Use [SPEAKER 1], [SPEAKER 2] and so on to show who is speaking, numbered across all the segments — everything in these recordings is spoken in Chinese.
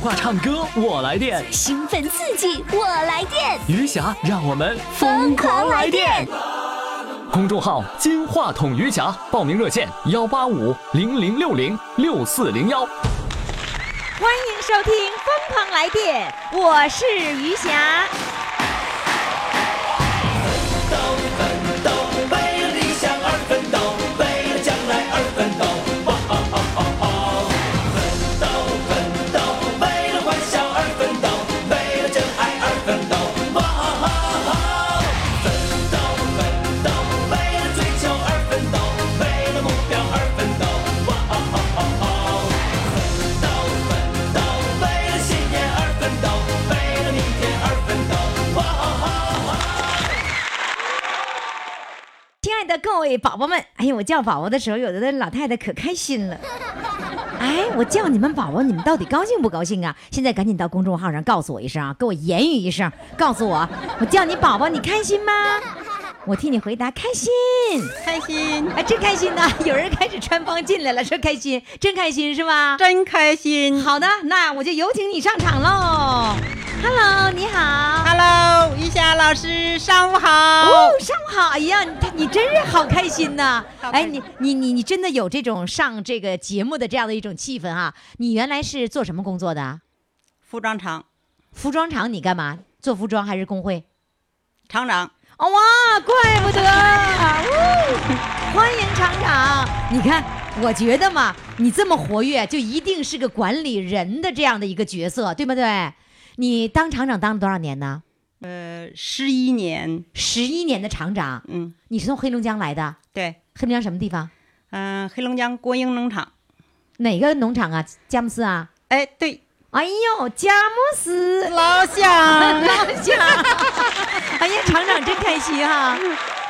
[SPEAKER 1] 话唱歌我来电，
[SPEAKER 2] 兴奋刺激，我来电，
[SPEAKER 1] 余霞让我们
[SPEAKER 2] 疯狂来电！
[SPEAKER 1] 公众号“金话筒余霞”，报名热线：幺八五零零六零六四零幺。
[SPEAKER 3] 欢迎收听《疯狂来电》，我是余霞。
[SPEAKER 4] 奋奋斗，为了理想而奋斗，为了将来而奋斗，哇哦哦哦哦！奋斗奋斗，为了欢笑而奋斗，为了真爱而奋斗，哇哦哦哦！奋斗奋斗，为了追求而奋斗，为了目标而奋斗，哇哦哦哦哦！奋斗奋斗，为了信念而奋斗，为了明天而奋斗，哇哦哦哦！
[SPEAKER 3] 亲爱的各位宝宝们，哎呀，我叫宝宝的时候，有的老太太可开心了。哎，我叫你们宝宝，你们到底高兴不高兴啊？现在赶紧到公众号上告诉我一声啊，给我言语一声，告诉我，我叫你宝宝，你开心吗？我替你回答，开心，
[SPEAKER 5] 开心，
[SPEAKER 3] 哎，真开心呐、有人开始穿帮进来了，说开心，真开心是吧？
[SPEAKER 5] 真开心。
[SPEAKER 3] 好的，那我就有请你上场喽。Hello，你好。
[SPEAKER 5] Hello，余霞老师，上午好。
[SPEAKER 3] 哦，上午好！哎呀，你看你真是好开心呐、
[SPEAKER 5] 好开
[SPEAKER 3] 哎，
[SPEAKER 5] 心
[SPEAKER 3] 你你你你真的有这种上这个节目的这样的一种气氛啊！你原来是做什么工作的啊？
[SPEAKER 5] 服装厂
[SPEAKER 3] 服装厂你干嘛？做服装还是工会？
[SPEAKER 5] 厂长，
[SPEAKER 3] 哦哇，怪不得！呜，欢迎厂长！你看，我觉得嘛，你这么活跃，就一定是个管理人的这样的一个角色，对不对？你当厂长当了多少年呢？
[SPEAKER 5] 呃，十一年，
[SPEAKER 3] 十一年的厂长，
[SPEAKER 5] 嗯，
[SPEAKER 3] 你是从黑龙江来的？
[SPEAKER 5] 对，
[SPEAKER 3] 黑龙江什么地方？
[SPEAKER 5] 嗯、黑龙江国营农场，
[SPEAKER 3] 哪个农场啊？佳木斯啊？
[SPEAKER 5] 哎，对，
[SPEAKER 3] 哎呦，佳木斯
[SPEAKER 5] 老乡，
[SPEAKER 3] 老乡！ 哎呀，厂长真开心哈、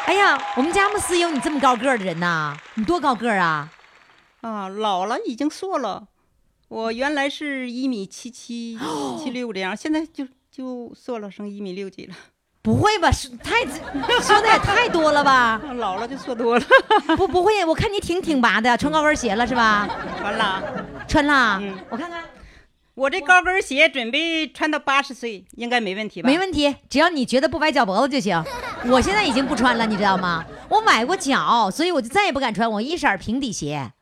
[SPEAKER 3] 哎呀，我们佳木斯有你这么高个儿的人呐、你多高个儿啊？
[SPEAKER 5] 啊，老了，已经瘦了。我原来是一米七 七、七六这样，现在就就瘦了，剩一米六几了。
[SPEAKER 3] 不会吧？是太说的也太多了吧？
[SPEAKER 5] 啊老了就瘦多了，
[SPEAKER 3] 不不会，我看你挺挺拔的，穿高跟鞋了是吧？
[SPEAKER 5] 完了。
[SPEAKER 3] 穿啦，
[SPEAKER 5] 嗯
[SPEAKER 3] 我看看，
[SPEAKER 5] 我这高跟鞋准备穿到八十岁，应该没问题吧？
[SPEAKER 3] 没问题，只要你觉得不崴脚脖子就行。我现在已经不穿了，你知道吗？我崴过脚，所以我就再也不敢穿我一色儿平底鞋。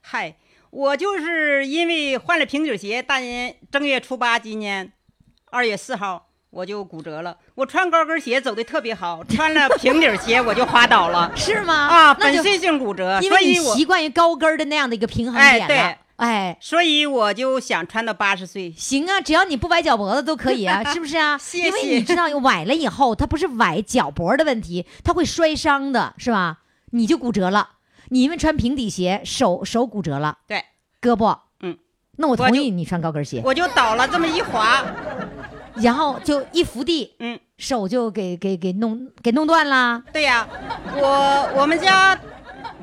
[SPEAKER 5] 嗨，我就是因为换了平底鞋，大年正月初八今年二月四号我就骨折了。我穿高跟鞋走的特别好，穿了平底鞋我就滑倒了
[SPEAKER 3] 是吗？
[SPEAKER 5] 啊，
[SPEAKER 3] 那
[SPEAKER 5] 粉
[SPEAKER 3] 就
[SPEAKER 5] 碎性骨折，
[SPEAKER 3] 因
[SPEAKER 5] 啊所
[SPEAKER 3] 为你
[SPEAKER 5] 以我
[SPEAKER 3] 习惯于高跟儿的那样的一个平衡
[SPEAKER 5] 哎
[SPEAKER 3] 点了。
[SPEAKER 5] 对
[SPEAKER 3] 哎
[SPEAKER 5] 所以我就想穿到八十岁。
[SPEAKER 3] 行啊，只要你不崴脚脖子都可以 啊，是不是啊？
[SPEAKER 5] 谢谢
[SPEAKER 3] 因为你知道崴了以后，它不是崴脚脖的问题，它会摔伤的，是吧？你就骨折了，你因为穿平底鞋，手手骨折了，
[SPEAKER 5] 对，
[SPEAKER 3] 胳膊，
[SPEAKER 5] 嗯，
[SPEAKER 3] 那我
[SPEAKER 5] 我就
[SPEAKER 3] 同意你穿高跟鞋，
[SPEAKER 5] 我就倒了，这么一滑，
[SPEAKER 3] 然后就一伏地，
[SPEAKER 5] 嗯，
[SPEAKER 3] 手就给给给弄给弄断啦。
[SPEAKER 5] 对呀、我我们家。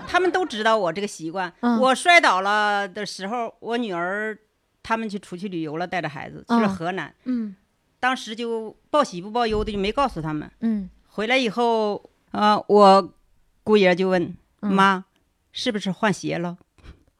[SPEAKER 5] 他们都知道我这个习惯。
[SPEAKER 3] 嗯
[SPEAKER 5] 我摔倒了的时候，我女儿他们去出去旅游了，带着孩子去了
[SPEAKER 3] 嗯
[SPEAKER 5] 河南。
[SPEAKER 3] 嗯
[SPEAKER 5] 当时就报喜不报忧的，就没告诉他们。
[SPEAKER 3] 嗯，
[SPEAKER 5] 回来以后，啊、我姑爷就问、
[SPEAKER 3] 嗯
[SPEAKER 5] 妈，是不是换鞋了？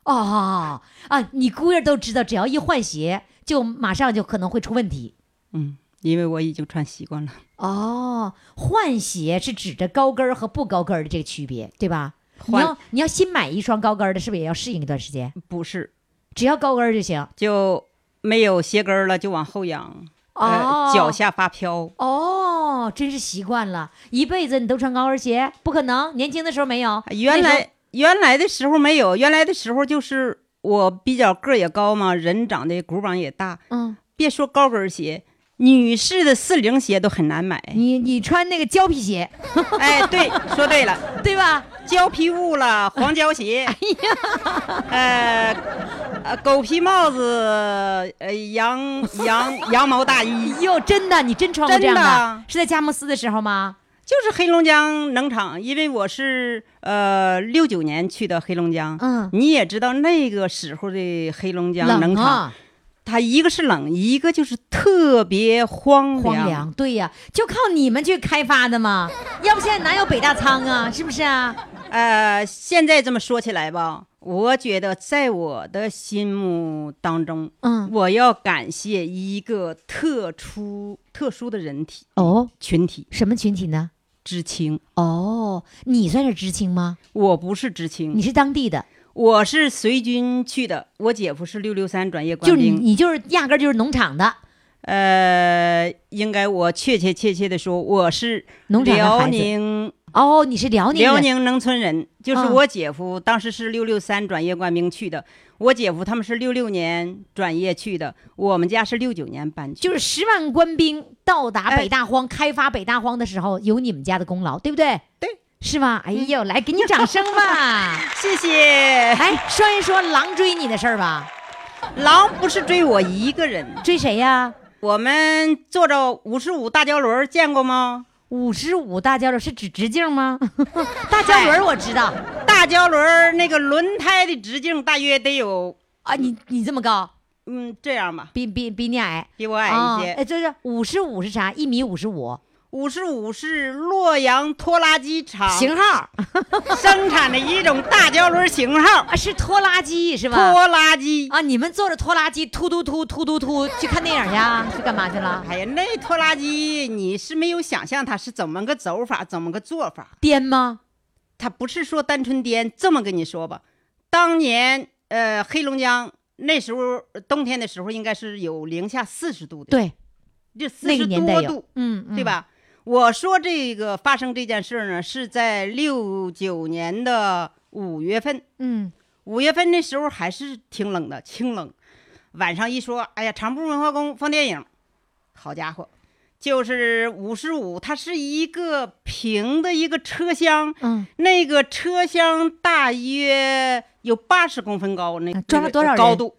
[SPEAKER 3] 哦啊，你姑爷都知道，只要一换鞋，就马上就可能会出问题。
[SPEAKER 5] 嗯，因为我已经穿习惯了，
[SPEAKER 3] 哦，换鞋是指着高跟儿和不高跟儿的这个区别，对吧？你
[SPEAKER 5] 换
[SPEAKER 3] 要你要新买一双高跟儿的，是不是也要适应一段时间？
[SPEAKER 5] 不是
[SPEAKER 3] 只要高跟儿就行。
[SPEAKER 5] 就没有鞋跟儿了，就往后仰，
[SPEAKER 3] 哦，
[SPEAKER 5] 呃，脚。下发飘。
[SPEAKER 3] 哦，真是习惯了，一辈子你都穿高跟鞋，不可能。年轻的时候没有，
[SPEAKER 5] 原
[SPEAKER 3] 那时
[SPEAKER 5] 来原来的时候没有，原来的时候就是我比较个儿也高嘛，人长得骨膀也大，
[SPEAKER 3] 候嗯，，
[SPEAKER 5] 别说高跟儿鞋。女士的四零鞋都很难买
[SPEAKER 3] 你你穿那个胶皮鞋，
[SPEAKER 5] 哎，对，说对了，
[SPEAKER 3] 对吧？
[SPEAKER 5] 胶皮物了，黄 胶鞋，哎呀，呃，呃，狗皮帽子，呃，羊 羊羊毛大衣，
[SPEAKER 3] 哟，真的，你真穿过这样
[SPEAKER 5] 真的啊
[SPEAKER 3] 是在佳木斯的时候吗？
[SPEAKER 5] 就是黑龙江农场，因为我是呃六九年去的黑龙江，
[SPEAKER 3] 嗯
[SPEAKER 5] 你也知道那个时候的黑龙江
[SPEAKER 3] 冷
[SPEAKER 5] 农场，
[SPEAKER 3] 啊，
[SPEAKER 5] 它一个是冷，一个就是特别荒凉，
[SPEAKER 3] 荒凉，对呀、就靠你们去开发的嘛，要不现在哪有北大仓啊？是不是啊？
[SPEAKER 5] 呃，现在这么说起来吧，我觉得在我的心目当中，
[SPEAKER 3] 嗯
[SPEAKER 5] 我要感谢一个特殊特殊的人体
[SPEAKER 3] 哦，
[SPEAKER 5] 群体
[SPEAKER 3] 什么群体呢？
[SPEAKER 5] ——知青。
[SPEAKER 3] 哦，你算是知青吗？
[SPEAKER 5] 我不是知青
[SPEAKER 3] 你，是当地的，
[SPEAKER 5] 我是随军去的。我姐夫是六六三专业
[SPEAKER 3] 就
[SPEAKER 5] 官
[SPEAKER 3] 是你，
[SPEAKER 5] 兵。
[SPEAKER 3] 你就是压根儿就是农场的，
[SPEAKER 5] 呃，应该我确切切切的说，我是
[SPEAKER 3] 农场的孩
[SPEAKER 5] 辽
[SPEAKER 3] 子
[SPEAKER 5] 宁
[SPEAKER 3] 哦，你是辽宁人
[SPEAKER 5] 辽宁农村人，就是
[SPEAKER 3] 嗯
[SPEAKER 5] 我姐夫，当时是六六三转业官兵去的。我姐夫他们是六六年转业去的，我们家是六九年搬去。
[SPEAKER 3] 就是十万官兵到达
[SPEAKER 5] 哎
[SPEAKER 3] 北大荒、开发北大荒的时候，有你们家的功劳，对不对？
[SPEAKER 5] 对，嗯
[SPEAKER 3] 是吧？哎呦，来给你掌声吧！
[SPEAKER 5] 谢谢。
[SPEAKER 3] 哎，说一说狼追你的事儿吧，
[SPEAKER 5] 狼不是追我一个人，
[SPEAKER 3] 追谁呀？
[SPEAKER 5] 我们坐着五十五大胶轮儿见过吗？
[SPEAKER 3] 五十五大交流是指直径 吗？ 大交
[SPEAKER 5] 哎
[SPEAKER 3] 轮儿我知道
[SPEAKER 5] 大胶轮儿那个轮胎的直径大约得有，
[SPEAKER 3] 啊，你你这么高，
[SPEAKER 5] 嗯，这样吧，
[SPEAKER 3] 比比比你矮，
[SPEAKER 5] 比我矮一
[SPEAKER 3] 啊
[SPEAKER 5] 些。啊
[SPEAKER 3] 哎，就是五十五是啥？一米五十五，
[SPEAKER 5] 五十五是洛阳拖拉机厂
[SPEAKER 3] 型号
[SPEAKER 5] 生产的一种大胶轮儿型号
[SPEAKER 3] 啊，是拖拉机是吧？
[SPEAKER 5] 拖拉机。
[SPEAKER 3] 啊，你们坐着拖拉机突突突突突突去看电影去啊？去干嘛去了？
[SPEAKER 5] 哎呀，那拖拉机你是没有想象它是怎么个走法，怎么个做法。
[SPEAKER 3] 颠吗？
[SPEAKER 5] 它不是说单纯颠，这么跟你说吧，当年呃黑龙江那时候呃冬天的时候，应该是有零下四十度的，
[SPEAKER 3] 对，
[SPEAKER 5] 这四
[SPEAKER 3] 那个
[SPEAKER 5] 十
[SPEAKER 3] 年代
[SPEAKER 5] 多
[SPEAKER 3] 有
[SPEAKER 5] 度，，
[SPEAKER 3] 嗯，嗯
[SPEAKER 5] 对？吧？我说这个发生这件事儿呢，是在六九年的五月份，
[SPEAKER 3] 嗯，
[SPEAKER 5] 五月份那时候还是挺冷的，清冷。晚上一说，哎呀，长步文化宫放电影，好家伙，就是五十五，它是一个平的一个车厢，
[SPEAKER 3] 嗯，
[SPEAKER 5] 那个车厢大约有八十公分高，那
[SPEAKER 3] 啊装了多少
[SPEAKER 5] 那
[SPEAKER 3] 人
[SPEAKER 5] 个高度？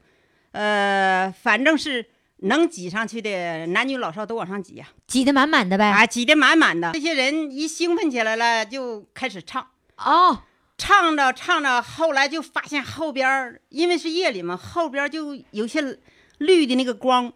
[SPEAKER 5] 呃，反正是能挤上去的，男女老少都往上挤呀、
[SPEAKER 3] 挤得满满的
[SPEAKER 5] 啊，
[SPEAKER 3] 呗。
[SPEAKER 5] 挤得满满的。这些人一兴奋起来了，就开始唱。
[SPEAKER 3] 哦，
[SPEAKER 5] 唱着唱着，后来就发现后边儿，因为是夜里嘛，后边儿就有些绿的那 个光。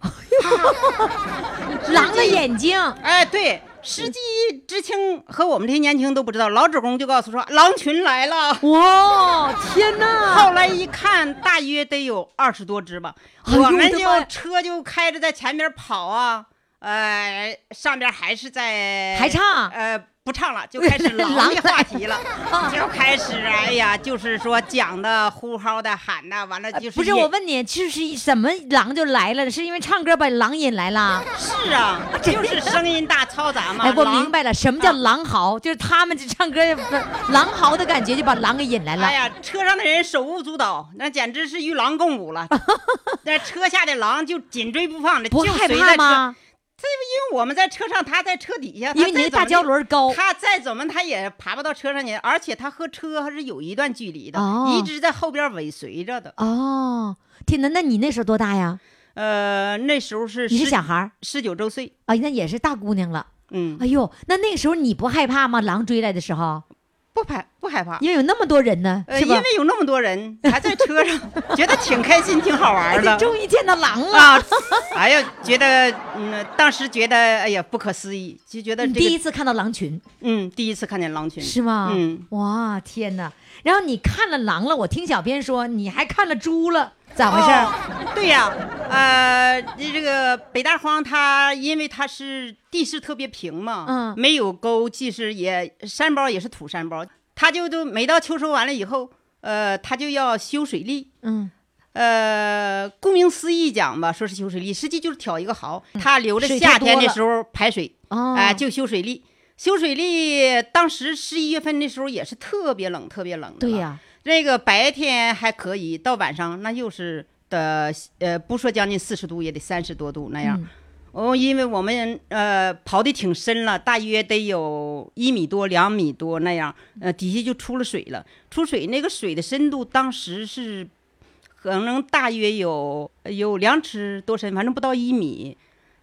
[SPEAKER 3] 狼的眼睛，
[SPEAKER 5] 哎，对，司机知青和我们这些年轻都不知道，老主公就告诉说狼群来了。
[SPEAKER 3] 哇，天哪！
[SPEAKER 5] 后来一看，大约得有二十多只吧。
[SPEAKER 3] 哎呦
[SPEAKER 5] 我们
[SPEAKER 3] 我的妈呀
[SPEAKER 5] 就车就开着在前面跑啊，呃，上边还是在
[SPEAKER 3] 还唱
[SPEAKER 5] 呃，不唱了，就 开始
[SPEAKER 3] 狼
[SPEAKER 5] 狼的
[SPEAKER 3] 来
[SPEAKER 5] 话题了， 就开始哎呀，就是说讲的呼号的喊的，完了就是
[SPEAKER 3] 呃不是
[SPEAKER 5] 也
[SPEAKER 3] 我问你，就是怎么狼就来了？是因为唱歌把狼引来了？
[SPEAKER 5] 是啊，就是声音大嘈杂嘛。
[SPEAKER 3] 哎，我
[SPEAKER 5] 狼
[SPEAKER 3] 明。白了，什么叫狼嚎？就是他们这唱歌不是狼嚎的感觉，就把狼给引来
[SPEAKER 5] 哎
[SPEAKER 3] 了。
[SPEAKER 5] 呀，车上的人手舞足蹈，那简直是与狼共 舞了。那车下的狼就紧追不放的，
[SPEAKER 3] 不
[SPEAKER 5] 就
[SPEAKER 3] 害
[SPEAKER 5] 随着啊车。
[SPEAKER 3] 怕吗？
[SPEAKER 5] 因为我们在车上，他在车底下，
[SPEAKER 3] 因为你那
[SPEAKER 5] 的
[SPEAKER 3] 大胶轮哦高，
[SPEAKER 5] 他再怎么他也爬不到车上去，而且他和车还是有一段距离的，
[SPEAKER 3] 哦
[SPEAKER 5] 一直在后边尾随着的。
[SPEAKER 3] 哦，天哪！那你那时候多大呀？
[SPEAKER 5] 呃，那时候是
[SPEAKER 3] 你是
[SPEAKER 5] 十
[SPEAKER 3] 小孩儿
[SPEAKER 5] 十九周岁，
[SPEAKER 3] 啊？那也是大姑娘了。
[SPEAKER 5] 嗯，
[SPEAKER 3] 哎呦，那那个时候你不害怕吗？狼追来的时候，
[SPEAKER 5] 不害不害怕。
[SPEAKER 3] 因为有那么多人呢，
[SPEAKER 5] 呃，
[SPEAKER 3] 是
[SPEAKER 5] 因
[SPEAKER 3] 吧？
[SPEAKER 5] 为有那么多人，还在车上， 觉得挺开心，挺好玩的。
[SPEAKER 3] 终于见到狼了。
[SPEAKER 5] 啊，哎呀，觉得嗯，当时觉得哎呀不可思议，就觉得
[SPEAKER 3] 你
[SPEAKER 5] 这
[SPEAKER 3] 第一
[SPEAKER 5] 个
[SPEAKER 3] 次看到狼群
[SPEAKER 5] 嗯第一次看见狼群
[SPEAKER 3] 是吗？
[SPEAKER 5] 嗯，
[SPEAKER 3] 哇，天哪！然后你看了狼了，我听小编说你还看了猪了，咋回事？
[SPEAKER 5] 哦对呀、呃，这这个北大荒它因为它是地势特别平嘛，
[SPEAKER 3] 嗯
[SPEAKER 5] 没有沟，即使也山包也是土山包，它就都每到秋收完了以后，呃，它就要修水利，
[SPEAKER 3] 嗯，
[SPEAKER 5] 呃，顾名思义讲吧，说是修水利，实际就是挑一个壕，它留着
[SPEAKER 3] 嗯水
[SPEAKER 5] 夏
[SPEAKER 3] 太
[SPEAKER 5] 天
[SPEAKER 3] 多
[SPEAKER 5] 的
[SPEAKER 3] 了
[SPEAKER 5] 时候排水，
[SPEAKER 3] 哦
[SPEAKER 5] 哎、就修水利。修水利当时十一月份的时候也是特别冷，特别冷的。
[SPEAKER 3] 对、呀、
[SPEAKER 5] 那个白天还可以，到晚上那又是的，呃，不说将近四十度，也得三十多度那样。
[SPEAKER 3] 嗯
[SPEAKER 5] 哦，因为我们呃刨的挺深了，大约得有一米多、两米多那样，呃，底下就出了水了。出水那个水的深度，当时是可能大约有呃有两尺多深，反正不到一米。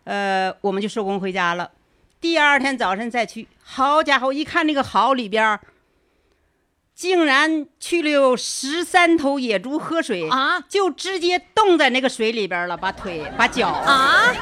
[SPEAKER 5] 呃，我们就收工回家了。第二天早晨再去，好家伙，一看那个壕里边儿，竟然去了有十三头野猪喝水
[SPEAKER 3] 啊
[SPEAKER 5] 就直接冻在那个水里边儿了，把腿把脚
[SPEAKER 3] 啊，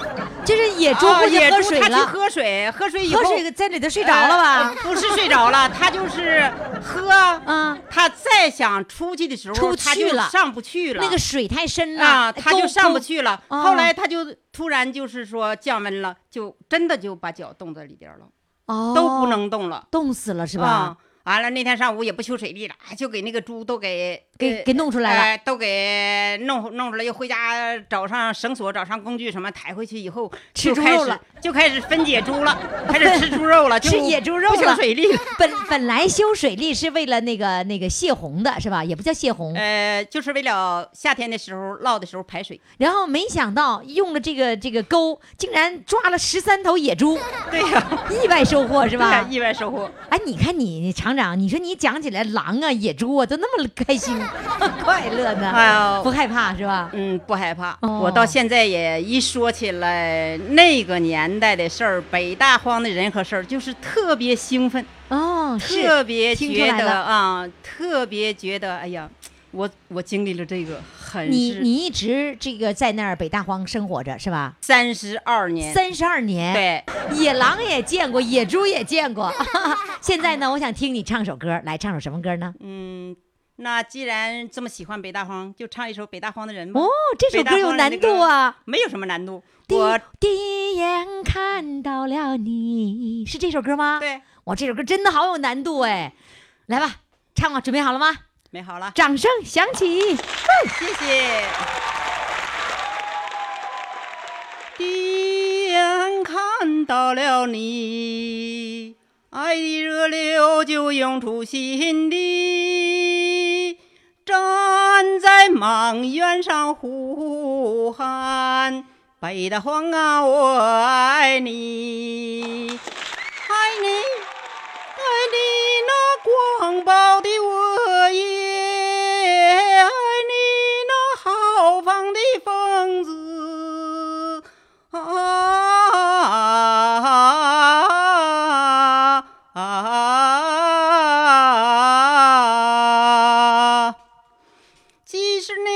[SPEAKER 3] 就是野猪
[SPEAKER 5] 啊
[SPEAKER 3] 过去
[SPEAKER 5] 野
[SPEAKER 3] 喝
[SPEAKER 5] 猪
[SPEAKER 3] 水
[SPEAKER 5] 它去
[SPEAKER 3] 了，
[SPEAKER 5] 喝水，喝水以后
[SPEAKER 3] 喝水在里头睡着了吧
[SPEAKER 5] 呃？不是睡着了，他就是 喝啊
[SPEAKER 3] 啊，
[SPEAKER 5] 他再想出去的时候，
[SPEAKER 3] 出不
[SPEAKER 5] 他
[SPEAKER 3] 去
[SPEAKER 5] 就
[SPEAKER 3] 了
[SPEAKER 5] 上不去了。
[SPEAKER 3] 那个水太深了哎
[SPEAKER 5] 啊，他就上
[SPEAKER 3] 勾
[SPEAKER 5] 不。去了。
[SPEAKER 3] 勾
[SPEAKER 5] 后来他就突然就是说降温了，就真的就把脚冻在里边了，
[SPEAKER 3] 勾哦，
[SPEAKER 5] 都不能啊动了，
[SPEAKER 3] 冻死了是
[SPEAKER 5] 是
[SPEAKER 3] 吧？？
[SPEAKER 5] 完了，那天上午也不修水利了，就给那个猪都给
[SPEAKER 3] 给
[SPEAKER 5] 呃
[SPEAKER 3] 给弄出来了
[SPEAKER 5] 哎都给弄弄出来，又回家找上绳索，找上工具什么抬回去以后，
[SPEAKER 3] 吃
[SPEAKER 5] 就
[SPEAKER 3] 猪
[SPEAKER 5] 开
[SPEAKER 3] 肉
[SPEAKER 5] 始
[SPEAKER 3] 了，
[SPEAKER 5] 就开始分解猪了，开始吃猪 肉了，就
[SPEAKER 3] 吃野猪肉
[SPEAKER 5] 不修
[SPEAKER 3] 了
[SPEAKER 5] 水利了。
[SPEAKER 3] 本本来修水利是为了那个那个泄洪的是吧？也不叫泄洪，
[SPEAKER 5] 呃，就是为了夏天的时候涝的时候 排水，
[SPEAKER 3] 然后没想到用了这个这个钩，竟然抓了十三头野猪，
[SPEAKER 5] 对呀、
[SPEAKER 3] 意外收获是
[SPEAKER 5] 对呀
[SPEAKER 3] 吧？
[SPEAKER 5] 意外收获。
[SPEAKER 3] 哎，你看你你厂长，你说你讲起来狼啊、野猪啊，都那么开 心、快乐呢，
[SPEAKER 5] 哎呦
[SPEAKER 3] 不害怕是吧？
[SPEAKER 5] 嗯，不害怕。
[SPEAKER 3] 哦
[SPEAKER 5] 我到现在也一说起来那个年代的事儿，北大荒的人和事儿，就是特别兴奋，
[SPEAKER 3] 哦，是
[SPEAKER 5] 特别
[SPEAKER 3] 听
[SPEAKER 5] 觉
[SPEAKER 3] 出来
[SPEAKER 5] 得
[SPEAKER 3] 了。
[SPEAKER 5] 啊，特别觉得，哎呀，我我经历了这个，很
[SPEAKER 3] 你
[SPEAKER 5] 是
[SPEAKER 3] 你一直这个在那儿北大荒生活着是吧？
[SPEAKER 5] 三十二年，
[SPEAKER 3] 三十二年，，
[SPEAKER 5] 对，
[SPEAKER 3] 野狼也见过，野猪也见 过。现在呢，我想听你唱首歌，来唱首什么歌呢？
[SPEAKER 5] 嗯，那既然这么喜欢北大荒，就唱一首北大荒的人吧。
[SPEAKER 3] 哦，这首歌有难度啊。
[SPEAKER 5] 没有什么难度，
[SPEAKER 3] 第
[SPEAKER 5] 我
[SPEAKER 3] 第一眼看到了你，是这首歌吗？，
[SPEAKER 5] 对
[SPEAKER 3] 哇，这首歌真的好有难度哎！来吧，唱吧，准备好了吗？
[SPEAKER 5] 美好了，
[SPEAKER 3] 掌声响起。
[SPEAKER 5] 谢谢。第一眼看到了你，爱的热流就涌出心底，站在莽原上呼喊：北大荒啊，我爱你，爱你。爱你那广袤的沃野，爱你那豪放的风姿，啊啊啊！几十年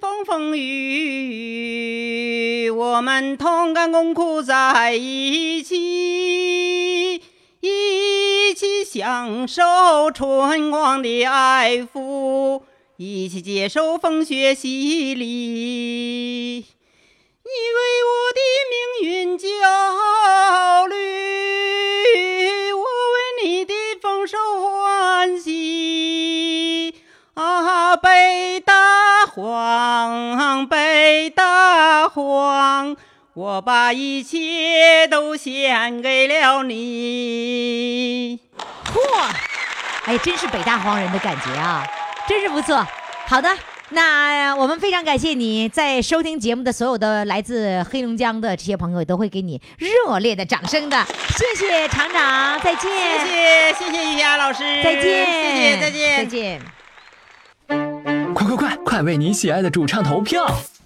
[SPEAKER 5] 风风雨雨，我们同甘共苦在一起，一起享受春光的爱抚，一起接受风雪洗礼。你为我的命运焦虑，我为你的丰收欢喜。啊，北大荒，北大荒，我把一切都献给了你。
[SPEAKER 3] 嚯，哎，真是北大荒人的感觉啊，真是不错。好的，那我们非常感谢你在收听节目的所有的来自黑龙江的这些朋友，都会给你热烈的掌声的。谢谢厂长，再见，
[SPEAKER 5] 谢谢，谢谢于霞老师，
[SPEAKER 3] 再见，
[SPEAKER 5] 谢谢，再见，
[SPEAKER 3] 再见。
[SPEAKER 1] 快快快，快为你喜爱的主唱投票！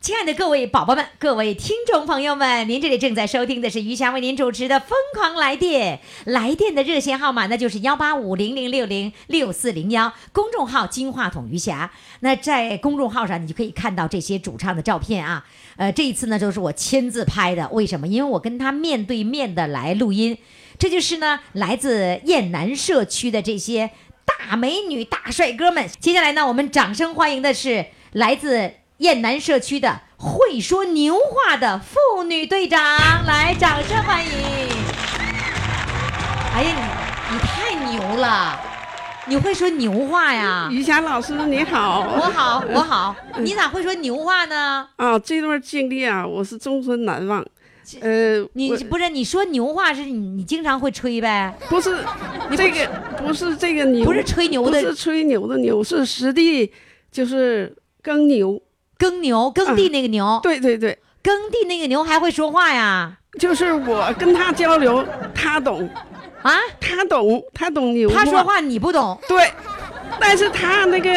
[SPEAKER 3] 亲爱的各位宝宝们、各位听众朋友们，您这里正在收听的是余霞为您主持的《疯狂来电》，来电的热线号码呢就是幺八五零零六零六四零幺，公众号“金话筒余霞”。那在公众号上，你就可以看到这些主唱的照片啊。呃，这一次呢，就是我亲自拍的，为什么？因为我跟他面对面的来录音，这就是呢来自雁南社区的这些大美女、大帅哥们。接下来呢，我们掌声欢迎的是来自雁南社区的会说牛话的妇女队长，来，掌声欢迎！哎呀，你你太牛了，你会说牛话呀？
[SPEAKER 6] 于霞老师你
[SPEAKER 3] 我
[SPEAKER 6] 好，
[SPEAKER 3] 好，我好，
[SPEAKER 6] 嗯
[SPEAKER 3] 你咋会说牛话呢？
[SPEAKER 6] 啊，这段经历啊，我是终身难忘。呃，
[SPEAKER 3] 你
[SPEAKER 6] 我
[SPEAKER 3] 不是你说牛话是你你经常会吹呗？
[SPEAKER 6] 不是这个，不是这个牛，
[SPEAKER 3] 不是吹牛
[SPEAKER 6] 不
[SPEAKER 3] 的
[SPEAKER 6] 是吹牛的牛，是实地就是耕牛。
[SPEAKER 3] 耕牛，耕地那个牛，
[SPEAKER 6] 嗯对对对，
[SPEAKER 3] 耕地那个牛还会说话呀？
[SPEAKER 6] 就是我跟他交流，他懂，
[SPEAKER 3] 啊，
[SPEAKER 6] 他懂，他懂牛。
[SPEAKER 3] 他说，话你不懂，
[SPEAKER 6] 对，但是他那个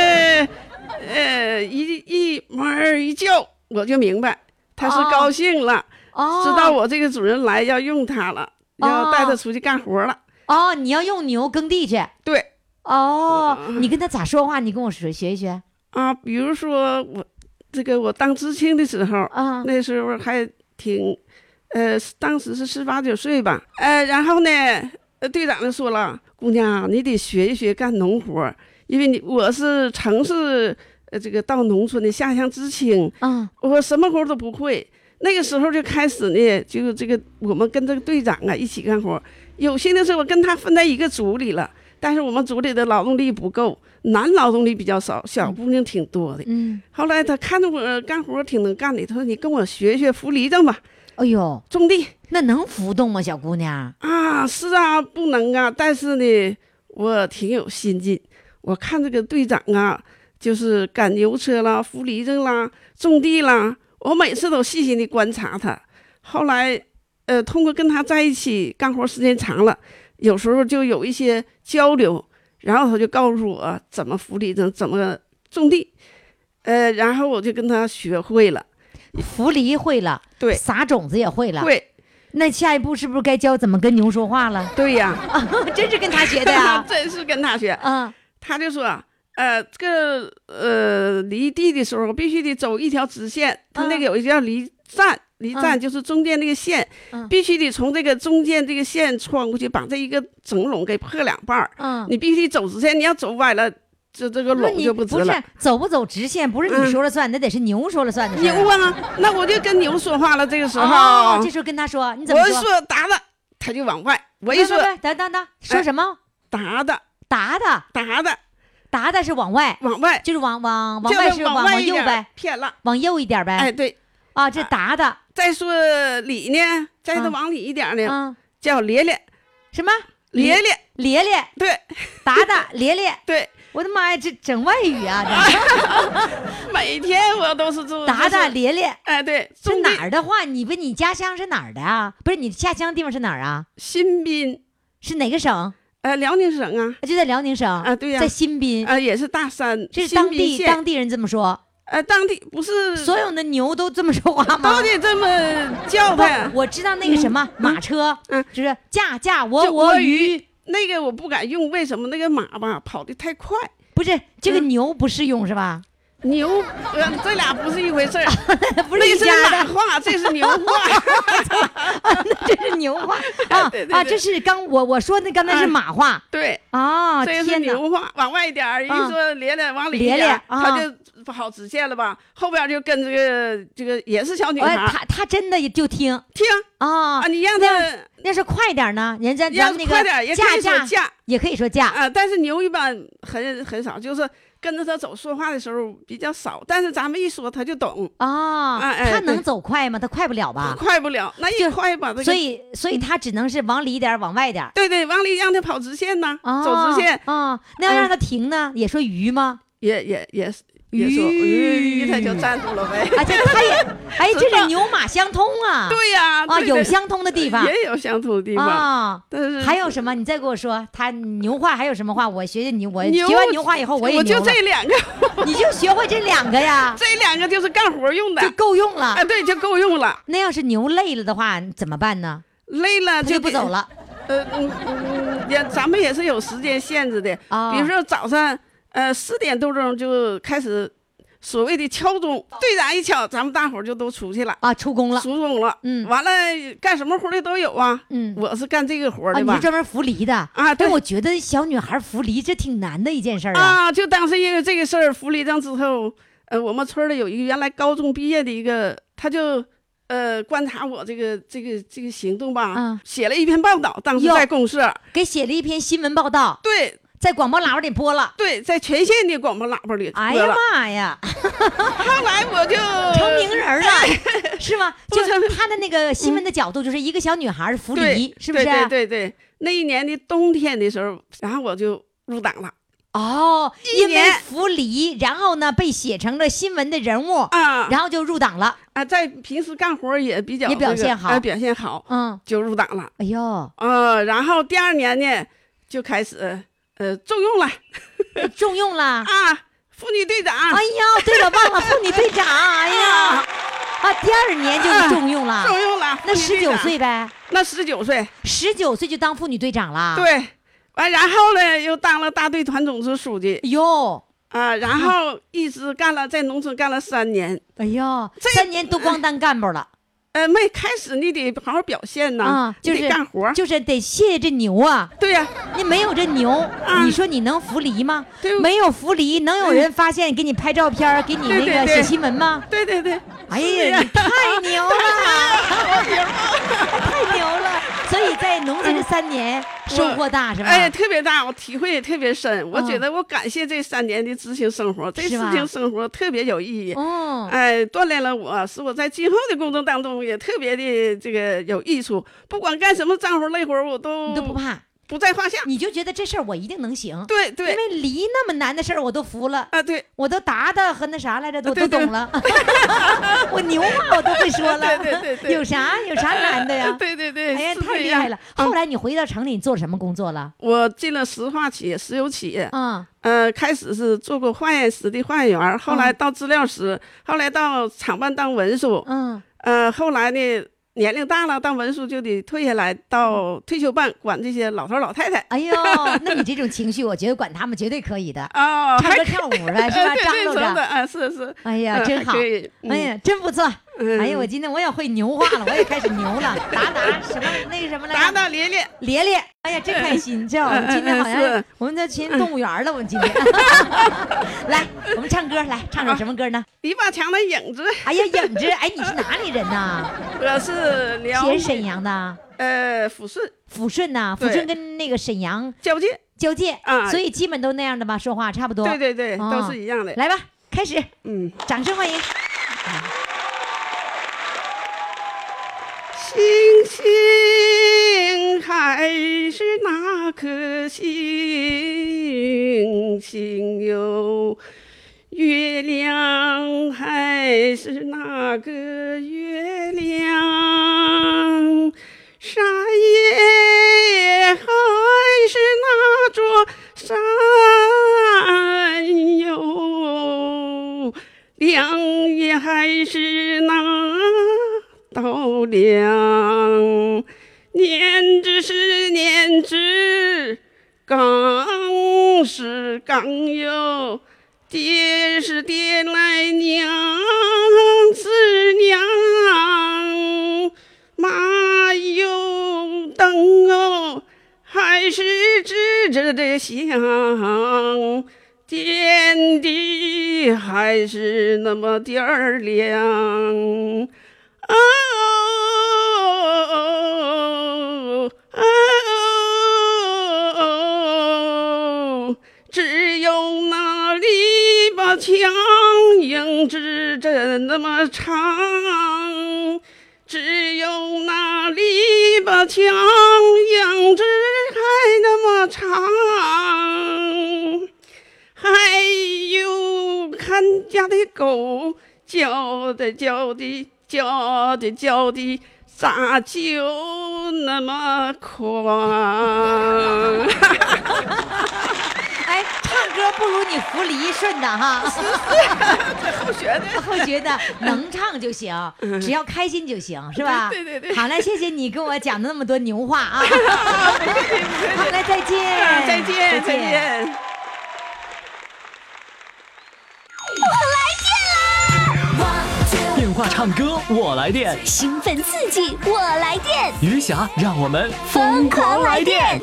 [SPEAKER 6] 呃一一猫儿一叫，我就明白他是
[SPEAKER 3] 哦
[SPEAKER 6] 高兴了。
[SPEAKER 3] 哦，
[SPEAKER 6] 知道我这个主人来要用它了，要带它出去干活了。
[SPEAKER 3] 哦，你要用牛耕地去
[SPEAKER 6] 对
[SPEAKER 3] 哦，
[SPEAKER 6] 嗯
[SPEAKER 3] 你跟他咋说话？你跟我学学一学
[SPEAKER 6] 啊，比如说我这个我当知青的时候，
[SPEAKER 3] 啊。
[SPEAKER 6] 那时候还挺，呃，当时是十八九岁吧，呃，然后呢，呃，队长就说了，姑娘，你得学一学干农活儿，因为你我是城市呃这个到农村的下乡知青，
[SPEAKER 3] 嗯，
[SPEAKER 6] 我什么活儿都不会。那个时候就开始呢，就这个我们跟这个队长啊一起干活儿，有些的时候我跟他分在一个组里了，但是我们组里的劳动力不够，男劳动力比较少，小姑娘挺多的。
[SPEAKER 3] 嗯，
[SPEAKER 6] 后来他看着我干活挺能干的，他说：“你跟我学学扶犁正吧，
[SPEAKER 3] 哎呦，
[SPEAKER 6] 种地
[SPEAKER 3] 那能浮动吗，小姑娘？
[SPEAKER 6] 啊。”是啊，不能啊，但是呢，我挺有心劲。我看这个队长啊，就是赶牛车啦、扶犁正啦、种地啦，我每次都细心的观察他。后来，呃，通过跟他在一起干活时间长了，有时候就有一些交流，然后他就告诉我怎么扶犁正，怎么种地，呃，然后我就跟他学会了。
[SPEAKER 3] 扶犁会了，
[SPEAKER 6] 对
[SPEAKER 3] 撒种子也会了，。
[SPEAKER 6] 会，
[SPEAKER 3] 那下一步是不是该教怎么跟牛说话了？
[SPEAKER 6] 对呀，。
[SPEAKER 3] 真是跟他学的呀
[SPEAKER 6] 真是跟他学。
[SPEAKER 3] 啊，
[SPEAKER 6] 他就说，呃，这个呃犁地的时候必须得走一条直线，他那个有一个叫犁站，犁站就是中间那个线，
[SPEAKER 3] 嗯
[SPEAKER 6] 必须得从这个中间这个线穿过去，把这一个整垄给破两半儿。
[SPEAKER 3] 嗯，
[SPEAKER 6] 你必须走直线，你要走歪了，这这个
[SPEAKER 3] 那
[SPEAKER 6] 垄
[SPEAKER 3] 你
[SPEAKER 6] 就直了
[SPEAKER 3] 是。走不走直线，不是你
[SPEAKER 6] 嗯
[SPEAKER 3] 说了算，那得是牛说了算的事
[SPEAKER 6] 牛
[SPEAKER 3] 儿。
[SPEAKER 6] 啊，那我就跟牛说话了。这个时候，
[SPEAKER 3] 哦，这时候跟他说，你怎么
[SPEAKER 6] 我一说达达，他就往外；我一说
[SPEAKER 3] 不不不等等等，说什么？
[SPEAKER 6] 达达
[SPEAKER 3] 达达，
[SPEAKER 6] 达达
[SPEAKER 3] 达达是往外，
[SPEAKER 6] 往外，
[SPEAKER 3] 就是往往往
[SPEAKER 6] 就
[SPEAKER 3] 外是往
[SPEAKER 6] 外一
[SPEAKER 3] 右
[SPEAKER 6] 点
[SPEAKER 3] 呗，，
[SPEAKER 6] 偏了。
[SPEAKER 3] 往右一点
[SPEAKER 6] 哎，
[SPEAKER 3] 呗。
[SPEAKER 6] 对，
[SPEAKER 3] 啊，这达达，
[SPEAKER 6] 再说里呢，再
[SPEAKER 3] 啊
[SPEAKER 6] 再往里一点呢，
[SPEAKER 3] 嗯，
[SPEAKER 6] 叫咧咧
[SPEAKER 3] 什么？
[SPEAKER 6] 咧咧，
[SPEAKER 3] 咧咧，
[SPEAKER 6] 对
[SPEAKER 3] 达达，咧咧。
[SPEAKER 6] 对，
[SPEAKER 3] 我的妈呀，这整外语 啊！这
[SPEAKER 6] 每天哎我都是做
[SPEAKER 3] 达达，
[SPEAKER 6] 就是
[SPEAKER 3] 咧咧，
[SPEAKER 6] 哎对，
[SPEAKER 3] 是
[SPEAKER 6] 种地
[SPEAKER 3] 哪儿的话？你问你家乡是哪儿的啊？不是你下乡地方是哪儿啊？
[SPEAKER 6] 新宾，
[SPEAKER 3] 是哪个省？
[SPEAKER 6] 呃，辽宁省啊，
[SPEAKER 3] 就在辽宁省
[SPEAKER 6] 啊对呀
[SPEAKER 3] 在新宾，
[SPEAKER 6] 啊也是大山，
[SPEAKER 3] 嗯这是
[SPEAKER 6] 新
[SPEAKER 3] 当
[SPEAKER 6] 宾
[SPEAKER 3] 地
[SPEAKER 6] 县
[SPEAKER 3] 当地人这么说，
[SPEAKER 6] 呃当地不是
[SPEAKER 3] 所有的牛都这么说话吗
[SPEAKER 6] 都？得这么叫啊
[SPEAKER 3] 不
[SPEAKER 6] 他，，
[SPEAKER 3] 我知道那个什么马车，
[SPEAKER 6] 嗯
[SPEAKER 3] 就是驾驾
[SPEAKER 6] 就
[SPEAKER 3] 我
[SPEAKER 6] 我
[SPEAKER 3] 我
[SPEAKER 6] 鱼
[SPEAKER 3] 鱼，
[SPEAKER 6] 那个我不敢用，为什么那个马吧跑得太快，
[SPEAKER 3] 不是这个
[SPEAKER 6] 嗯
[SPEAKER 3] 牛不适用是 吧？
[SPEAKER 6] 牛呃这俩不是一回事儿，
[SPEAKER 3] 不是一
[SPEAKER 6] 那是
[SPEAKER 3] 家
[SPEAKER 6] 马
[SPEAKER 3] 的，
[SPEAKER 6] 话，这是牛话，
[SPEAKER 3] 这是牛话啊
[SPEAKER 6] 哎对对
[SPEAKER 3] 啊！
[SPEAKER 6] 对
[SPEAKER 3] 这是刚我我说那刚才是
[SPEAKER 6] 啊
[SPEAKER 3] 马话
[SPEAKER 6] 对。
[SPEAKER 3] 啊！
[SPEAKER 6] 这
[SPEAKER 3] 天
[SPEAKER 6] 是
[SPEAKER 3] 哪，
[SPEAKER 6] 牛话，往外一点儿，一
[SPEAKER 3] 啊
[SPEAKER 6] 说咧咧往里一
[SPEAKER 3] 咧
[SPEAKER 6] 点儿
[SPEAKER 3] 咧，啊
[SPEAKER 6] 他就不好直线了吧？后边就跟这个这个也是小女
[SPEAKER 3] 哎，
[SPEAKER 6] 孩儿，
[SPEAKER 3] 他他真的就听
[SPEAKER 6] 听
[SPEAKER 3] 啊
[SPEAKER 6] 啊，，你让
[SPEAKER 3] 那
[SPEAKER 6] 她
[SPEAKER 3] 要是快点儿呢，人家咱
[SPEAKER 6] 让
[SPEAKER 3] 们
[SPEAKER 6] 她
[SPEAKER 3] 那
[SPEAKER 6] 快点儿，
[SPEAKER 3] 个
[SPEAKER 6] 也可以说
[SPEAKER 3] 驾
[SPEAKER 6] 驾
[SPEAKER 3] 也可以说驾，
[SPEAKER 6] 啊，但是牛一般很很少，就是跟着他走说话的时候比较少，但是咱们一说他就懂，
[SPEAKER 3] 啊，
[SPEAKER 6] 哎哎
[SPEAKER 3] 他能
[SPEAKER 6] 对
[SPEAKER 3] 走快吗？他快不了吧？
[SPEAKER 6] 快不嗯了，那
[SPEAKER 3] 就
[SPEAKER 6] 一快把这个，
[SPEAKER 3] 所以，所以他只能是往里一点儿，往外一点儿。
[SPEAKER 6] 对对，往里让他跑直线呐，
[SPEAKER 3] 啊，
[SPEAKER 6] 走直线
[SPEAKER 3] 啊，那要让
[SPEAKER 6] 嗯
[SPEAKER 3] 他停呢，也说鱼 吗？
[SPEAKER 6] 也也也也说，
[SPEAKER 3] 鱼
[SPEAKER 6] 鱼他就站住了呗。
[SPEAKER 3] 啊，这他也，哎，
[SPEAKER 6] 知
[SPEAKER 3] 这是
[SPEAKER 6] 道
[SPEAKER 3] 牛马相通啊，
[SPEAKER 6] 对呀，
[SPEAKER 3] 啊，
[SPEAKER 6] 对
[SPEAKER 3] 有
[SPEAKER 6] 对
[SPEAKER 3] 相通的地方
[SPEAKER 6] 也嗯有相同的地方，
[SPEAKER 3] 啊。
[SPEAKER 6] 但是
[SPEAKER 3] 还有什么？你再给我说，他牛话还有什么话？我学学牛，我
[SPEAKER 6] 牛
[SPEAKER 3] 学完牛话以哦后，我也
[SPEAKER 6] 哎我
[SPEAKER 3] 牛
[SPEAKER 6] 就
[SPEAKER 3] 了。
[SPEAKER 6] 这两个，
[SPEAKER 3] 你就学会这两个呀，
[SPEAKER 6] 这两个就是干活用的
[SPEAKER 3] 就。够用了
[SPEAKER 6] 啊，。对，就够用了。
[SPEAKER 3] 那要是牛累了的话，怎么办呢？
[SPEAKER 6] 累了
[SPEAKER 3] 他就
[SPEAKER 6] 就
[SPEAKER 3] 不
[SPEAKER 6] 得
[SPEAKER 3] 走。了。
[SPEAKER 6] 呃，嗯嗯，也咱们也是有时间限制的。
[SPEAKER 3] 啊
[SPEAKER 6] 比如说早上，呃，四点多钟就开始所谓的敲钟，队长一敲，咱们大伙儿就都出去了，
[SPEAKER 3] 啊，出工了。
[SPEAKER 6] 出钟了。
[SPEAKER 3] 嗯
[SPEAKER 6] 完了干什么活儿的都有啊。
[SPEAKER 3] 嗯，
[SPEAKER 6] 我是干这个活
[SPEAKER 3] 啊，
[SPEAKER 6] 儿的
[SPEAKER 3] 你是
[SPEAKER 6] 吧？
[SPEAKER 3] 专门扶犁的
[SPEAKER 6] 啊
[SPEAKER 3] 哎
[SPEAKER 6] 对
[SPEAKER 3] 我觉得小女孩扶犁这挺难的一件事儿啊。
[SPEAKER 6] 啊，就当时因为这个事儿，扶犁正之后，呃，我们村儿里有一个原来高中毕业的一个，他就呃观察我这个这个这个行动吧，
[SPEAKER 3] 嗯
[SPEAKER 6] 写了一篇报道，当时
[SPEAKER 3] 哟
[SPEAKER 6] 在公社，
[SPEAKER 3] 给写了一篇新闻报道，
[SPEAKER 6] 对
[SPEAKER 3] 在广播喇叭里播了。
[SPEAKER 6] 对，在全县的广播喇叭里播了。
[SPEAKER 3] 哎呀妈呀，
[SPEAKER 6] 后来我就
[SPEAKER 3] 成名人 了，是吗？
[SPEAKER 6] 不
[SPEAKER 3] 就是
[SPEAKER 6] 成
[SPEAKER 3] 他的那个新闻的角度，就是一个小女孩扶
[SPEAKER 6] 对
[SPEAKER 3] 犁，，是不是？啊
[SPEAKER 6] 对对对对，那一年的冬天的时候，然后我就入党了
[SPEAKER 3] 哦，
[SPEAKER 6] 一
[SPEAKER 3] 因为
[SPEAKER 6] 年
[SPEAKER 3] 扶犁，然后呢被写成了新闻的人物，
[SPEAKER 6] 啊
[SPEAKER 3] 然后就入党了。
[SPEAKER 6] 啊，在平时干活儿也比较
[SPEAKER 3] 也表
[SPEAKER 6] 这个
[SPEAKER 3] 现好
[SPEAKER 6] 啊表现好
[SPEAKER 3] 嗯，
[SPEAKER 6] 就入党了。
[SPEAKER 3] 哎呦，
[SPEAKER 6] 呃，然后第二年呢，就开始呃重用了
[SPEAKER 3] 中用了！
[SPEAKER 6] 啊，妇女队长。 哎
[SPEAKER 3] 哎呀，对了，忘了妇女队长，哎呀，啊，第二年就重用了，
[SPEAKER 6] 重用了。
[SPEAKER 3] 那
[SPEAKER 6] 哎妇女
[SPEAKER 3] 十
[SPEAKER 6] 队
[SPEAKER 3] 九
[SPEAKER 6] 长
[SPEAKER 3] 岁，呗，
[SPEAKER 6] 那十九岁，
[SPEAKER 3] 十九岁就当妇女队长了。，
[SPEAKER 6] 对，完然后呢，又当了大队团总支书记
[SPEAKER 3] 哟，
[SPEAKER 6] 啊，然后一直干了在农村干了三年。
[SPEAKER 3] 哎呦，
[SPEAKER 6] 这
[SPEAKER 3] 三年都光当干部 了
[SPEAKER 6] 呃，没开始你得好好表现呐，
[SPEAKER 3] 啊，就
[SPEAKER 6] 你
[SPEAKER 3] 是
[SPEAKER 6] 得干活儿。
[SPEAKER 3] 就是得谢谢这牛啊。
[SPEAKER 6] 对呀、
[SPEAKER 3] 你没有这牛，
[SPEAKER 6] 啊
[SPEAKER 3] 你说你能扶犁吗
[SPEAKER 6] 对？
[SPEAKER 3] 没有扶犁，能有人发现给你拍照片儿，给你
[SPEAKER 6] 对
[SPEAKER 3] 那
[SPEAKER 6] 对
[SPEAKER 3] 个
[SPEAKER 6] 对
[SPEAKER 3] 写新闻吗？
[SPEAKER 6] 对对对，啊
[SPEAKER 3] 哎呀，你太牛 了， 太牛了！所以在农村这三年收获大是吧？
[SPEAKER 6] 哎，特别大，我体会也特别深。我
[SPEAKER 3] 嗯
[SPEAKER 6] 觉得我感谢这三年的知青生活，这
[SPEAKER 3] 是
[SPEAKER 6] 知
[SPEAKER 3] 吧
[SPEAKER 6] 青生活特别有意义。
[SPEAKER 3] 嗯，
[SPEAKER 6] 哎，锻炼了我，使我在今后的工作当中也特别的这个有益处。不管干什么脏活累活，我都
[SPEAKER 3] 你都不怕，
[SPEAKER 6] 不在话下。
[SPEAKER 3] 你就觉得这事儿我一定能行。
[SPEAKER 6] 对
[SPEAKER 3] 因
[SPEAKER 6] 对
[SPEAKER 3] 为犁那么难的事儿我都服了，
[SPEAKER 6] 啊，对
[SPEAKER 3] 我都答的和那啥来着，我都
[SPEAKER 6] 对对
[SPEAKER 3] 懂了。 我牛啊话我都会说了，
[SPEAKER 6] 对对对对
[SPEAKER 3] 有啥有啥难的
[SPEAKER 6] 啊，
[SPEAKER 3] 呀？
[SPEAKER 6] 对对对，
[SPEAKER 3] 哎呀，
[SPEAKER 6] 是这
[SPEAKER 3] 太厉
[SPEAKER 6] 样
[SPEAKER 3] 害了！！
[SPEAKER 6] 嗯
[SPEAKER 3] 后来你回到城里，你做什么工作了？
[SPEAKER 6] 我进了石化企业、石油企业，
[SPEAKER 3] 嗯，
[SPEAKER 6] 呃，开始是做过化验室的化验员儿，后来
[SPEAKER 3] 嗯
[SPEAKER 6] 到资料室，后来到厂办当文书，
[SPEAKER 3] 嗯，
[SPEAKER 6] 呃，后来呢，年龄大了，当文书就得退下来，
[SPEAKER 3] 嗯
[SPEAKER 6] 到退休办管这些老头儿老太太。
[SPEAKER 3] 哎呦，那你这种情绪，我觉得管他们绝对可以的。
[SPEAKER 6] 哦，
[SPEAKER 3] 嗯唱
[SPEAKER 6] 还
[SPEAKER 3] 歌
[SPEAKER 6] 可以
[SPEAKER 3] 跳
[SPEAKER 6] 呃
[SPEAKER 3] 舞 的是吧？
[SPEAKER 6] 对
[SPEAKER 3] 张
[SPEAKER 6] 对
[SPEAKER 3] 罗
[SPEAKER 6] 真的
[SPEAKER 3] 着。
[SPEAKER 6] 啊，是是，
[SPEAKER 3] 哎呀，
[SPEAKER 6] 嗯
[SPEAKER 3] 真
[SPEAKER 6] 还
[SPEAKER 3] 好！
[SPEAKER 6] 可以
[SPEAKER 3] 哎呀，真不错！
[SPEAKER 6] 嗯
[SPEAKER 3] 哎呀，我今天我也会牛话了，我也开始牛了，达达什么那个什么来着？
[SPEAKER 6] 打打咧咧，
[SPEAKER 3] 咧咧，哎呀，真开心！你知道，我们今天好
[SPEAKER 6] 嗯嗯
[SPEAKER 3] 像
[SPEAKER 6] 是
[SPEAKER 3] 我们在去动物园了，我们今天。 来，我们唱歌，来唱首什么歌呢？
[SPEAKER 6] 篱笆墙的影子。
[SPEAKER 3] 哎呀，影子，哎，你是哪里人呐？
[SPEAKER 6] 我是辽
[SPEAKER 3] 也是沈阳的，
[SPEAKER 6] 呃抚顺
[SPEAKER 3] 抚顺呐，
[SPEAKER 6] 对
[SPEAKER 3] 抚顺跟那个沈阳
[SPEAKER 6] 交界，
[SPEAKER 3] 交界
[SPEAKER 6] 啊，
[SPEAKER 3] 所以基本都那样的吧，说话差不多。
[SPEAKER 6] 对对对，
[SPEAKER 3] 哦
[SPEAKER 6] 都是一样的。
[SPEAKER 3] 来吧，开始，
[SPEAKER 6] 嗯，
[SPEAKER 3] 掌声欢迎。
[SPEAKER 6] 星星还是那颗星星哟，月亮还是那个月亮，山也还是那座山哟，梁也还是那。稻粱，碾子是碾子，钢是钢哟，爹是爹来娘是娘，妈有灯哦，还是吱吱的响。天地还是那么点儿亮，哦哦，只有那篱笆墙影子真那么长，只有那篱笆墙影子还那么长。还有看家的狗叫的叫的叫的叫的，咋就那么狂？
[SPEAKER 3] 哎，唱歌不如你扶犁顺的哈，
[SPEAKER 6] 不 学的，
[SPEAKER 3] 我觉得能唱就行，只要开心就行，是吧？
[SPEAKER 6] 嗯对对对对
[SPEAKER 3] 好嘞，谢谢你跟我讲的那么多牛话 啊！好嘞，再见，
[SPEAKER 6] 嗯再见再见。
[SPEAKER 1] 电话唱歌我来电，
[SPEAKER 2] 兴奋刺激，我来电！
[SPEAKER 1] 余霞让我们
[SPEAKER 2] 疯狂来电！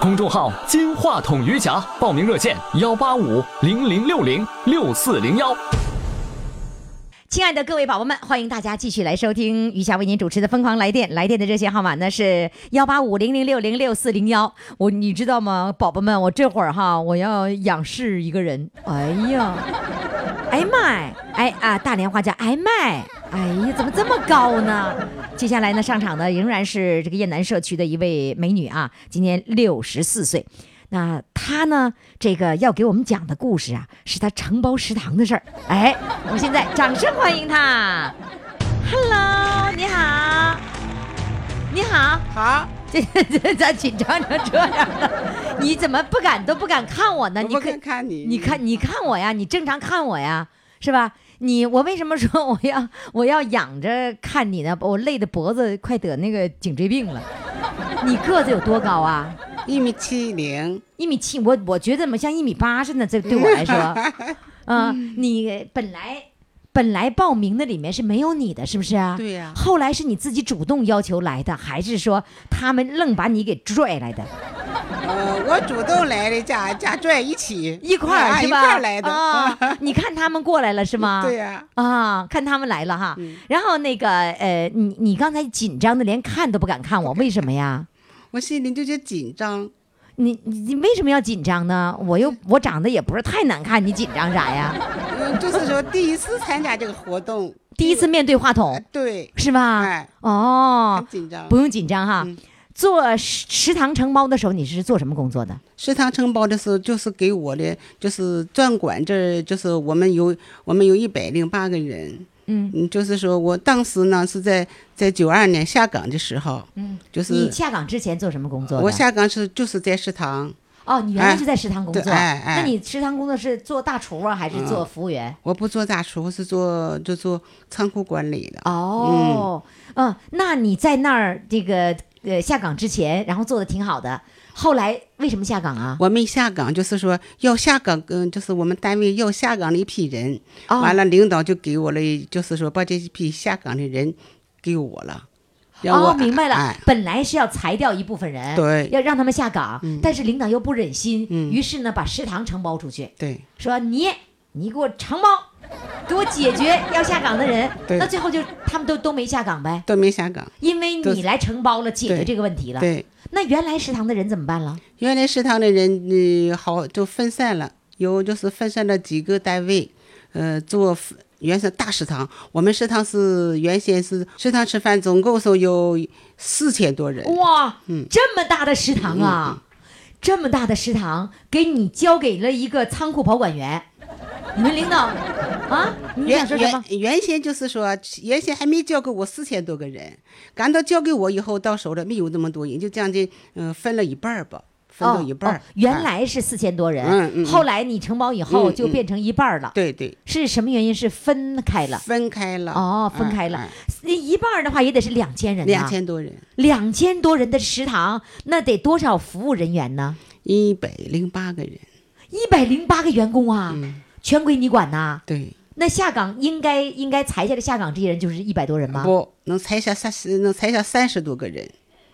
[SPEAKER 1] 公众号“金话筒余霞”，报名热线：幺八五零零六零六四零幺。
[SPEAKER 3] 亲爱的各位宝宝们，欢迎大家继续来收听余霞为您主持的《疯狂来电》，来电的热线号码呢是幺八五零零六零六四零幺。我你知道吗，宝宝们，我这会儿哈，我要仰视一个人。哎呀，哎麦，哎啊，大连话叫哎麦，哎呀，怎么这么高呢？接下来呢，上场的仍然是这个雁南社区的一位美女啊，今年六十四岁。那她呢？这个要给我们讲的故事啊，是她承包食堂的事儿。哎，我们现在掌声欢迎她。Hello，你好，你好，
[SPEAKER 7] 好，
[SPEAKER 3] 这这咋紧张成这样了？你怎么不敢都不敢看我呢？
[SPEAKER 7] 我
[SPEAKER 3] 你
[SPEAKER 7] 不
[SPEAKER 3] 可
[SPEAKER 7] 看看你，
[SPEAKER 3] 你看，你看我呀，你正常看我呀，是吧？你我为什么说我要 我要仰着看你呢？我累的脖子快得那个颈椎病了。你个子有多高啊？
[SPEAKER 6] 一米七零，
[SPEAKER 3] 一米七，我我觉得怎么像一米八似的，这对我来 说，啊，
[SPEAKER 6] 嗯
[SPEAKER 3] 你本来本来报名的里面是没有你的，是不是啊？
[SPEAKER 6] 对呀
[SPEAKER 3] 后来是你自己主动要求来的，还是说他们愣把你给拽来的？
[SPEAKER 6] 呃，我主动来的，加加拽一起
[SPEAKER 3] 一块儿
[SPEAKER 6] 啊
[SPEAKER 3] 是
[SPEAKER 6] 一
[SPEAKER 3] 吧？
[SPEAKER 6] 块儿来的
[SPEAKER 3] 啊，你看他们过来了是吗？
[SPEAKER 6] 对呀嗯
[SPEAKER 3] 啊，看他们来了哈。然后那个呃，你你刚才紧张的连看都不敢看我，为什么呀？
[SPEAKER 6] 我心里就觉得紧张，
[SPEAKER 3] 你你你为什么要紧张呢？我又我长得也不是太难看，你紧张啥呀？
[SPEAKER 6] 嗯，就是说第一次参加这个活动，
[SPEAKER 3] 第一次面对话筒
[SPEAKER 6] 呃，对，
[SPEAKER 3] 是吧？
[SPEAKER 6] 哎
[SPEAKER 3] 哦
[SPEAKER 6] 很，紧张
[SPEAKER 3] 不。用紧张哈。
[SPEAKER 6] 嗯
[SPEAKER 3] 做食食堂承包的时候，你是做什么工作的？
[SPEAKER 6] 食堂承包的时候，就是给我的，就是专管这儿，就是我们有我们有一百零八个人，
[SPEAKER 3] 嗯，
[SPEAKER 6] 嗯，就是说我当时呢是在在九二年下岗的时候，
[SPEAKER 3] 嗯，
[SPEAKER 6] 就是
[SPEAKER 3] 你下岗之前做什么工作的？
[SPEAKER 6] 我下岗是就是在食堂，
[SPEAKER 3] 哦，你原来
[SPEAKER 6] 哎
[SPEAKER 3] 是在食堂工
[SPEAKER 6] 对
[SPEAKER 3] 作，
[SPEAKER 6] 哎
[SPEAKER 3] 那
[SPEAKER 6] 哎
[SPEAKER 3] 你食堂工作是做大厨啊，还是做服务员？
[SPEAKER 6] 我不做大厨，我是做就做仓库管理的。
[SPEAKER 3] 哦，嗯、那你在那儿这个呃下岗之前，然后做的挺好的，后来为什么下岗啊？
[SPEAKER 6] 我没下岗，就是说要下岗，嗯，就是我们单位要下岗的一批人，
[SPEAKER 3] 哦
[SPEAKER 6] 完了领导就给我了，就是说把这一批下岗的人给我了，让我、
[SPEAKER 3] 哦，明白了，
[SPEAKER 6] 哎
[SPEAKER 3] 本来是要裁掉一部分人，
[SPEAKER 6] 对
[SPEAKER 3] 要让他们下岗，但是领导又不忍心，
[SPEAKER 6] 嗯
[SPEAKER 3] 于是呢把食堂承包出去，
[SPEAKER 6] 对
[SPEAKER 3] 说你你给我承包， 给我解决要下岗的人，
[SPEAKER 6] 对
[SPEAKER 3] 那最后就他们都都没下岗呗，
[SPEAKER 6] 都没下岗，
[SPEAKER 3] 因为
[SPEAKER 6] 都
[SPEAKER 3] 你
[SPEAKER 6] 是
[SPEAKER 3] 来承包了，解决
[SPEAKER 6] 对
[SPEAKER 3] 这个问题了。
[SPEAKER 6] 对。
[SPEAKER 3] 那原来食堂的人怎么办了？
[SPEAKER 6] 原来食堂的人，嗯、好就分散了，有就是分散了几个单位，呃，做 f- 原先大食堂，我们食堂是原先是食堂吃饭，总共是有四千多人，
[SPEAKER 3] 哇，
[SPEAKER 6] 嗯
[SPEAKER 3] 这么大的食堂啊，这么大的食堂给你交给了一个仓库保管员，你们领导啊，你
[SPEAKER 6] 原
[SPEAKER 3] 想说什么
[SPEAKER 6] 原？原先就是说，原先还没交给我四千多个人，赶到交给我以后，到手了没有那么多人，就将近嗯、呃分了一半儿吧，分到一半儿、
[SPEAKER 3] 哦哦原
[SPEAKER 6] 啊、
[SPEAKER 3] 来是四千多人，
[SPEAKER 6] 嗯嗯嗯
[SPEAKER 3] 后来你承包以后
[SPEAKER 6] 嗯嗯
[SPEAKER 3] 就变成一半儿了，
[SPEAKER 6] 对对，
[SPEAKER 3] 是什么原因？是分开了。
[SPEAKER 6] 分开了
[SPEAKER 3] 哦，分开了，那一半儿的话也得是两千人
[SPEAKER 6] 啊嗯两
[SPEAKER 3] 呐，
[SPEAKER 6] 千多人，
[SPEAKER 3] 两千多人的食堂，那得多少服务人员呢？
[SPEAKER 6] 一百零八个人，
[SPEAKER 3] 一百零八个员工啊，
[SPEAKER 6] 嗯
[SPEAKER 3] 全归你管呐。
[SPEAKER 6] 对。
[SPEAKER 3] 那下岗应该应该裁下来下岗这些人就是一百多人吗？
[SPEAKER 6] 不能裁下三十，能裁下三十多个人，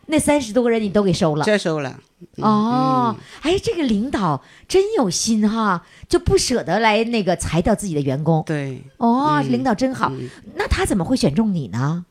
[SPEAKER 3] 那三十多个人你都给收了。
[SPEAKER 6] 这嗯收了。
[SPEAKER 3] 哦，哎，这个领导真有心哈，就不舍得来那个裁掉自己的员工。
[SPEAKER 6] 对，嗯
[SPEAKER 3] 哦，领导真好。那他怎么会选中你呢？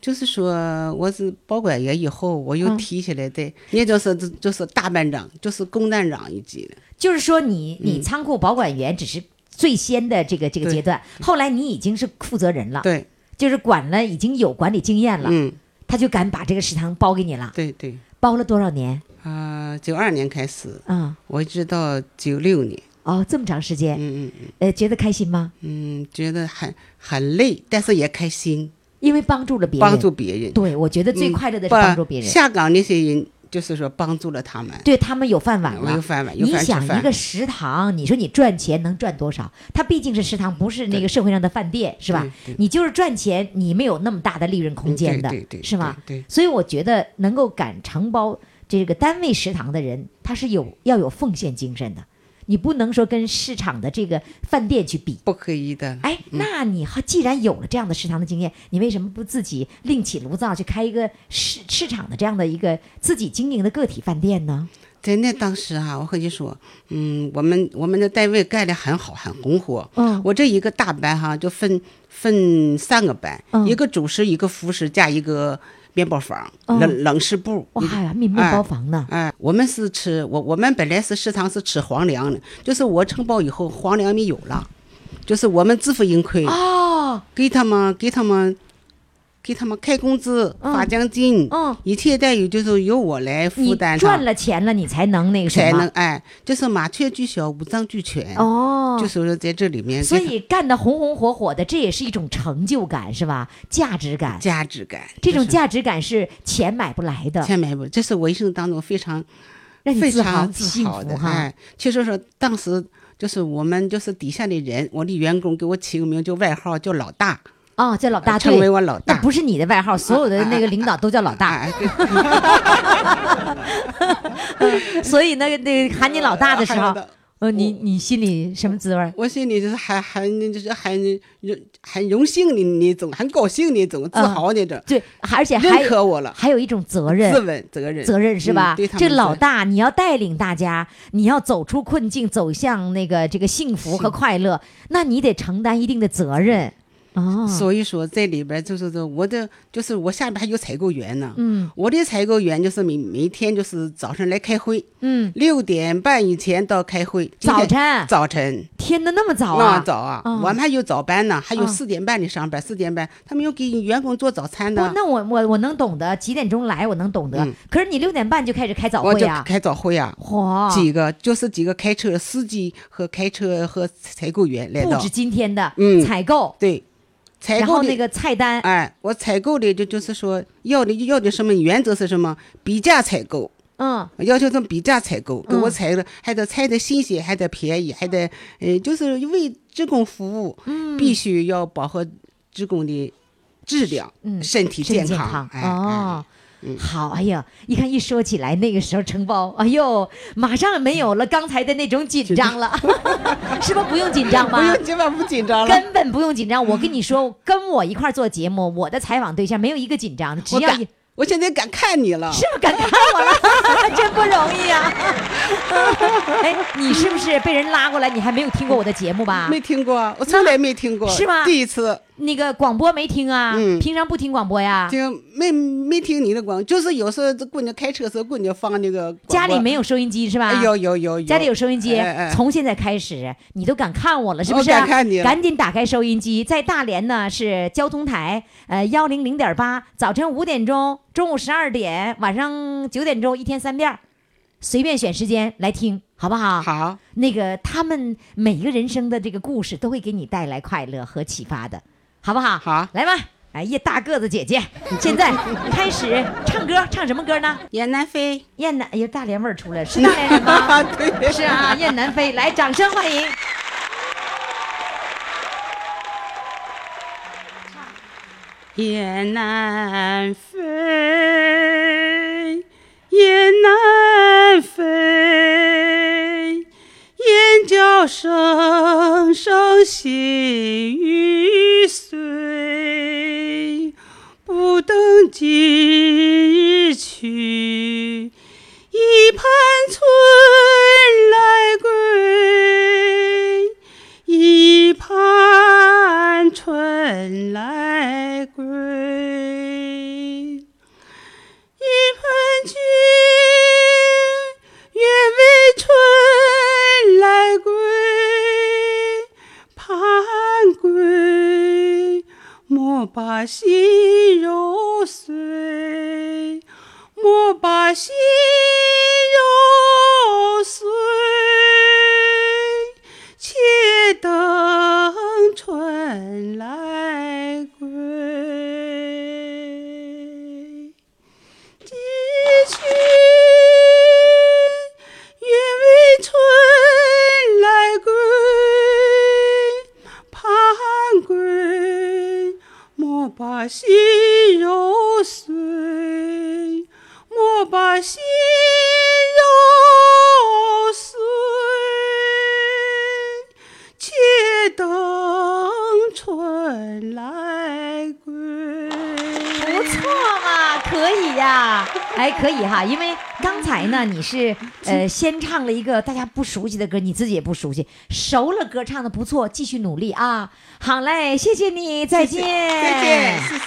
[SPEAKER 6] 就是说我是保管员以后，我又
[SPEAKER 3] 嗯
[SPEAKER 6] 提起来的，那就是就是大班长，就是工站长一级的。
[SPEAKER 3] 就是说你你仓库保管员只是最先的这个这个
[SPEAKER 6] 嗯对
[SPEAKER 3] 阶段，后来你已经是负责人了，
[SPEAKER 6] 对，
[SPEAKER 3] 就是管了已经有管理经验了，
[SPEAKER 6] 嗯，
[SPEAKER 3] 他就敢把这个食堂包给你了。
[SPEAKER 6] 对对。
[SPEAKER 3] 包了多少年？
[SPEAKER 6] 啊、九二年开始，
[SPEAKER 3] 啊、
[SPEAKER 6] 我一直到九六年，
[SPEAKER 3] 哦，这么长时间，
[SPEAKER 6] 嗯嗯
[SPEAKER 3] 呃，觉得开心吗？
[SPEAKER 6] 嗯，觉得很很累，但是也开心，
[SPEAKER 3] 因为帮助了别人，
[SPEAKER 6] 帮助别人。
[SPEAKER 3] 对，我觉得嗯最
[SPEAKER 6] 嗯
[SPEAKER 3] 快乐的是
[SPEAKER 6] 把
[SPEAKER 3] 帮助别人。
[SPEAKER 6] 下岗那些人，就是说帮助了他们。
[SPEAKER 3] 对他们有饭碗了，
[SPEAKER 6] 我有饭碗有
[SPEAKER 3] 你
[SPEAKER 6] 饭吃
[SPEAKER 3] 想
[SPEAKER 6] 饭
[SPEAKER 3] 一个食堂，你说你赚钱能赚多少？它毕竟是食堂，不是那个社会上的饭店，是吧
[SPEAKER 6] 对对？
[SPEAKER 3] 你就是赚钱，你没有那么大的利润空间的
[SPEAKER 6] 嗯对对，对
[SPEAKER 3] 是吧？
[SPEAKER 6] 对对
[SPEAKER 3] 所以我觉得能够敢承包这个单位食堂的人，他是有要有奉献精神的，你不能说跟市场的这个饭店去比。
[SPEAKER 6] 不可以的。
[SPEAKER 3] 哎，那你哈既然有了这样的食堂的经验，你为什么不自己另起炉灶去开一个市市场的这样的一个自己经营的个体饭店呢？
[SPEAKER 6] 真的，当时哈、我和你说，嗯，我们我们的单位盖得很好，很红火。
[SPEAKER 3] 嗯
[SPEAKER 6] 我这一个大班哈、就分分三个班，
[SPEAKER 3] 嗯
[SPEAKER 6] 一个主食，一个辅食，加一个面包房、冷冷食部。
[SPEAKER 3] 嗯哇，哎还有面面包房呢。
[SPEAKER 6] 哎，我们是吃我我们本来是食堂是吃皇粮的，就是我承包以后皇粮没有了，就是我们自负盈亏，
[SPEAKER 3] 哦，
[SPEAKER 6] 给他们给他们给他们开工资、发奖金，
[SPEAKER 3] 嗯
[SPEAKER 6] 一切待遇就是由我来负
[SPEAKER 3] 你
[SPEAKER 6] 担上
[SPEAKER 3] 赚了钱了，你才能那个什
[SPEAKER 6] 才能
[SPEAKER 3] 么。
[SPEAKER 6] 哎，就是麻雀俱小，五脏俱全。
[SPEAKER 3] 哦
[SPEAKER 6] 就，是说在这里面，
[SPEAKER 3] 所以干得红红火火的，这也是一种成就感，是吧？价值感，
[SPEAKER 6] 价值感，
[SPEAKER 3] 这种
[SPEAKER 6] 就是
[SPEAKER 3] 价值感是钱买不来的，
[SPEAKER 6] 千百不，这是我一生当中非常
[SPEAKER 3] 哎让你
[SPEAKER 6] 非
[SPEAKER 3] 自豪、哎
[SPEAKER 6] 常
[SPEAKER 3] 自
[SPEAKER 6] 自
[SPEAKER 3] 幸
[SPEAKER 6] 豪的
[SPEAKER 3] 福。哈。
[SPEAKER 6] 哎，确实说当时就是我们就是底下的人，我的员工给我起个名就外号叫老大，
[SPEAKER 3] 哦，叫老大，
[SPEAKER 6] 呃称为
[SPEAKER 3] 对
[SPEAKER 6] 我老
[SPEAKER 3] 那
[SPEAKER 6] 大。
[SPEAKER 3] 不是你的 外号，所有的那个领导都叫老大，
[SPEAKER 6] 哎，对
[SPEAKER 3] 所以那个那个喊你老大的时
[SPEAKER 6] 喊
[SPEAKER 3] 候
[SPEAKER 6] 老大，
[SPEAKER 3] 呃，你你心里什么滋味儿？
[SPEAKER 6] 我心里就是还还就是很荣很荣幸的那种，很高兴的那种，自豪那种，
[SPEAKER 3] 对，而且嗯还
[SPEAKER 6] 认可我了，
[SPEAKER 3] 还有一种责任
[SPEAKER 6] 自，问责任，
[SPEAKER 3] 责任是吧
[SPEAKER 6] 嗯？对他们
[SPEAKER 3] 这老
[SPEAKER 6] 责
[SPEAKER 3] 大，你要带领大家，你要走出困境，走向那个这个幸福和快乐，那你得承担一定的责任哦。
[SPEAKER 6] 所以说这里边就是说我的就是我下边还有采购员呢，
[SPEAKER 3] 嗯
[SPEAKER 6] 我的采购员就是每每天就是早上来开会，
[SPEAKER 3] 嗯，
[SPEAKER 6] 六点半以前到开会，今
[SPEAKER 3] 早
[SPEAKER 6] 天
[SPEAKER 3] 晨
[SPEAKER 6] 早晨
[SPEAKER 3] 天呐，那么早
[SPEAKER 6] 那
[SPEAKER 3] 啊！
[SPEAKER 6] 早啊，
[SPEAKER 3] 嗯
[SPEAKER 6] 我们还有早班呢，还有
[SPEAKER 3] 嗯
[SPEAKER 6] 四点半的上班，四点半他们要给员工做早餐
[SPEAKER 3] 不
[SPEAKER 6] 呢，，
[SPEAKER 3] 那我我我能懂得，几点钟来我能懂得。
[SPEAKER 6] 嗯
[SPEAKER 3] 可是你六点半就开始开早
[SPEAKER 6] 我
[SPEAKER 3] 会
[SPEAKER 6] 就
[SPEAKER 3] 啊！
[SPEAKER 6] 开早会啊。
[SPEAKER 3] 哇，
[SPEAKER 6] 几个就是几个开车司机和开车和采购员来
[SPEAKER 3] 不
[SPEAKER 6] 到
[SPEAKER 3] 止，今天的
[SPEAKER 6] 嗯
[SPEAKER 3] 采购，
[SPEAKER 6] 对，采
[SPEAKER 3] 然
[SPEAKER 6] 购
[SPEAKER 3] 后
[SPEAKER 6] 的
[SPEAKER 3] 那个菜单，
[SPEAKER 6] 哎，我采购的就就是说要的要的什么原则是什么？比价采购，
[SPEAKER 3] 嗯，
[SPEAKER 6] 要求他们比价采购，给我
[SPEAKER 3] 嗯
[SPEAKER 6] 采的、还得采的新鲜，还得便宜，还得呃，就是为职工服务，
[SPEAKER 3] 嗯
[SPEAKER 6] 必须要保护职工的质量、
[SPEAKER 3] 嗯
[SPEAKER 6] 身体
[SPEAKER 3] 身体
[SPEAKER 6] 健
[SPEAKER 3] 健
[SPEAKER 6] 哎嗯
[SPEAKER 3] 哦。好，哎呀，一看一说起来，那个时候承包，哎呦，马上没有了刚才的那种紧张了， 是不是不用紧张吗？
[SPEAKER 6] 哎，不用，今晚不紧张了。
[SPEAKER 3] 根本不用紧张。我跟你说，跟我一块儿做节目，我的采访对象没有一个紧张的，只
[SPEAKER 6] 我
[SPEAKER 3] 要
[SPEAKER 6] 敢
[SPEAKER 3] 一，
[SPEAKER 6] 我现在敢看你了。
[SPEAKER 3] 是不是敢看我了？ 真不容易啊！哎，你是不是被人拉过来？你还没有听过我的节目吧？
[SPEAKER 6] 没听过，我从来没听过，
[SPEAKER 3] 啊是吗
[SPEAKER 6] 第一次
[SPEAKER 3] 那个广播没听啊？
[SPEAKER 6] 嗯
[SPEAKER 3] 平常不听广播呀？
[SPEAKER 6] 听，没没听你的广，就是有时候这姑娘开车时候，姑娘放那个广播
[SPEAKER 3] 家里没有收音机是吧？
[SPEAKER 6] 哎有有有有，
[SPEAKER 3] 家里有收音机，
[SPEAKER 6] 哎哎
[SPEAKER 3] 从现在开始，你都敢看我了，是不
[SPEAKER 6] 我
[SPEAKER 3] 是啊？
[SPEAKER 6] 敢看你了
[SPEAKER 3] 赶紧打开收音机，在大连呢是交通台，呃幺零零点八，早晨五点钟，中午十二点，晚上九点钟，一天三遍儿，随便选时间来听，好不好？。
[SPEAKER 6] 好，
[SPEAKER 3] 那个他们每一个人生的这个故事，都会给你带来快乐和启发的，好不好？
[SPEAKER 6] 好
[SPEAKER 3] 来吧。哎呀，大个子姐姐，现在开始唱歌，唱什么歌呢？
[SPEAKER 6] 闫南飞，
[SPEAKER 3] 燕南，哎呀，大连味儿出来了，是大连人吗？
[SPEAKER 6] 对，
[SPEAKER 3] 是啊，燕南飞，来，掌声欢迎。
[SPEAKER 6] 雁南飞，雁南飞，雁叫声声心欲碎，不等今日去，一盘春来归。一盘春来归，一盆菊，月为春来归，盼归，莫把心揉碎，莫把心揉碎。且等春来归。寄去月为春来归，盼归，莫把心揉碎，莫把心揉碎，且等春来归。
[SPEAKER 3] 不错嘛，可以呀、哎，可以哈，因为刚才呢，你是呃
[SPEAKER 6] 嗯
[SPEAKER 3] 先唱了一个大家不熟悉的歌，你自己也不熟悉，熟了歌唱的不错，继续努力啊！好嘞，谢谢你，再见，
[SPEAKER 6] 再见，谢谢。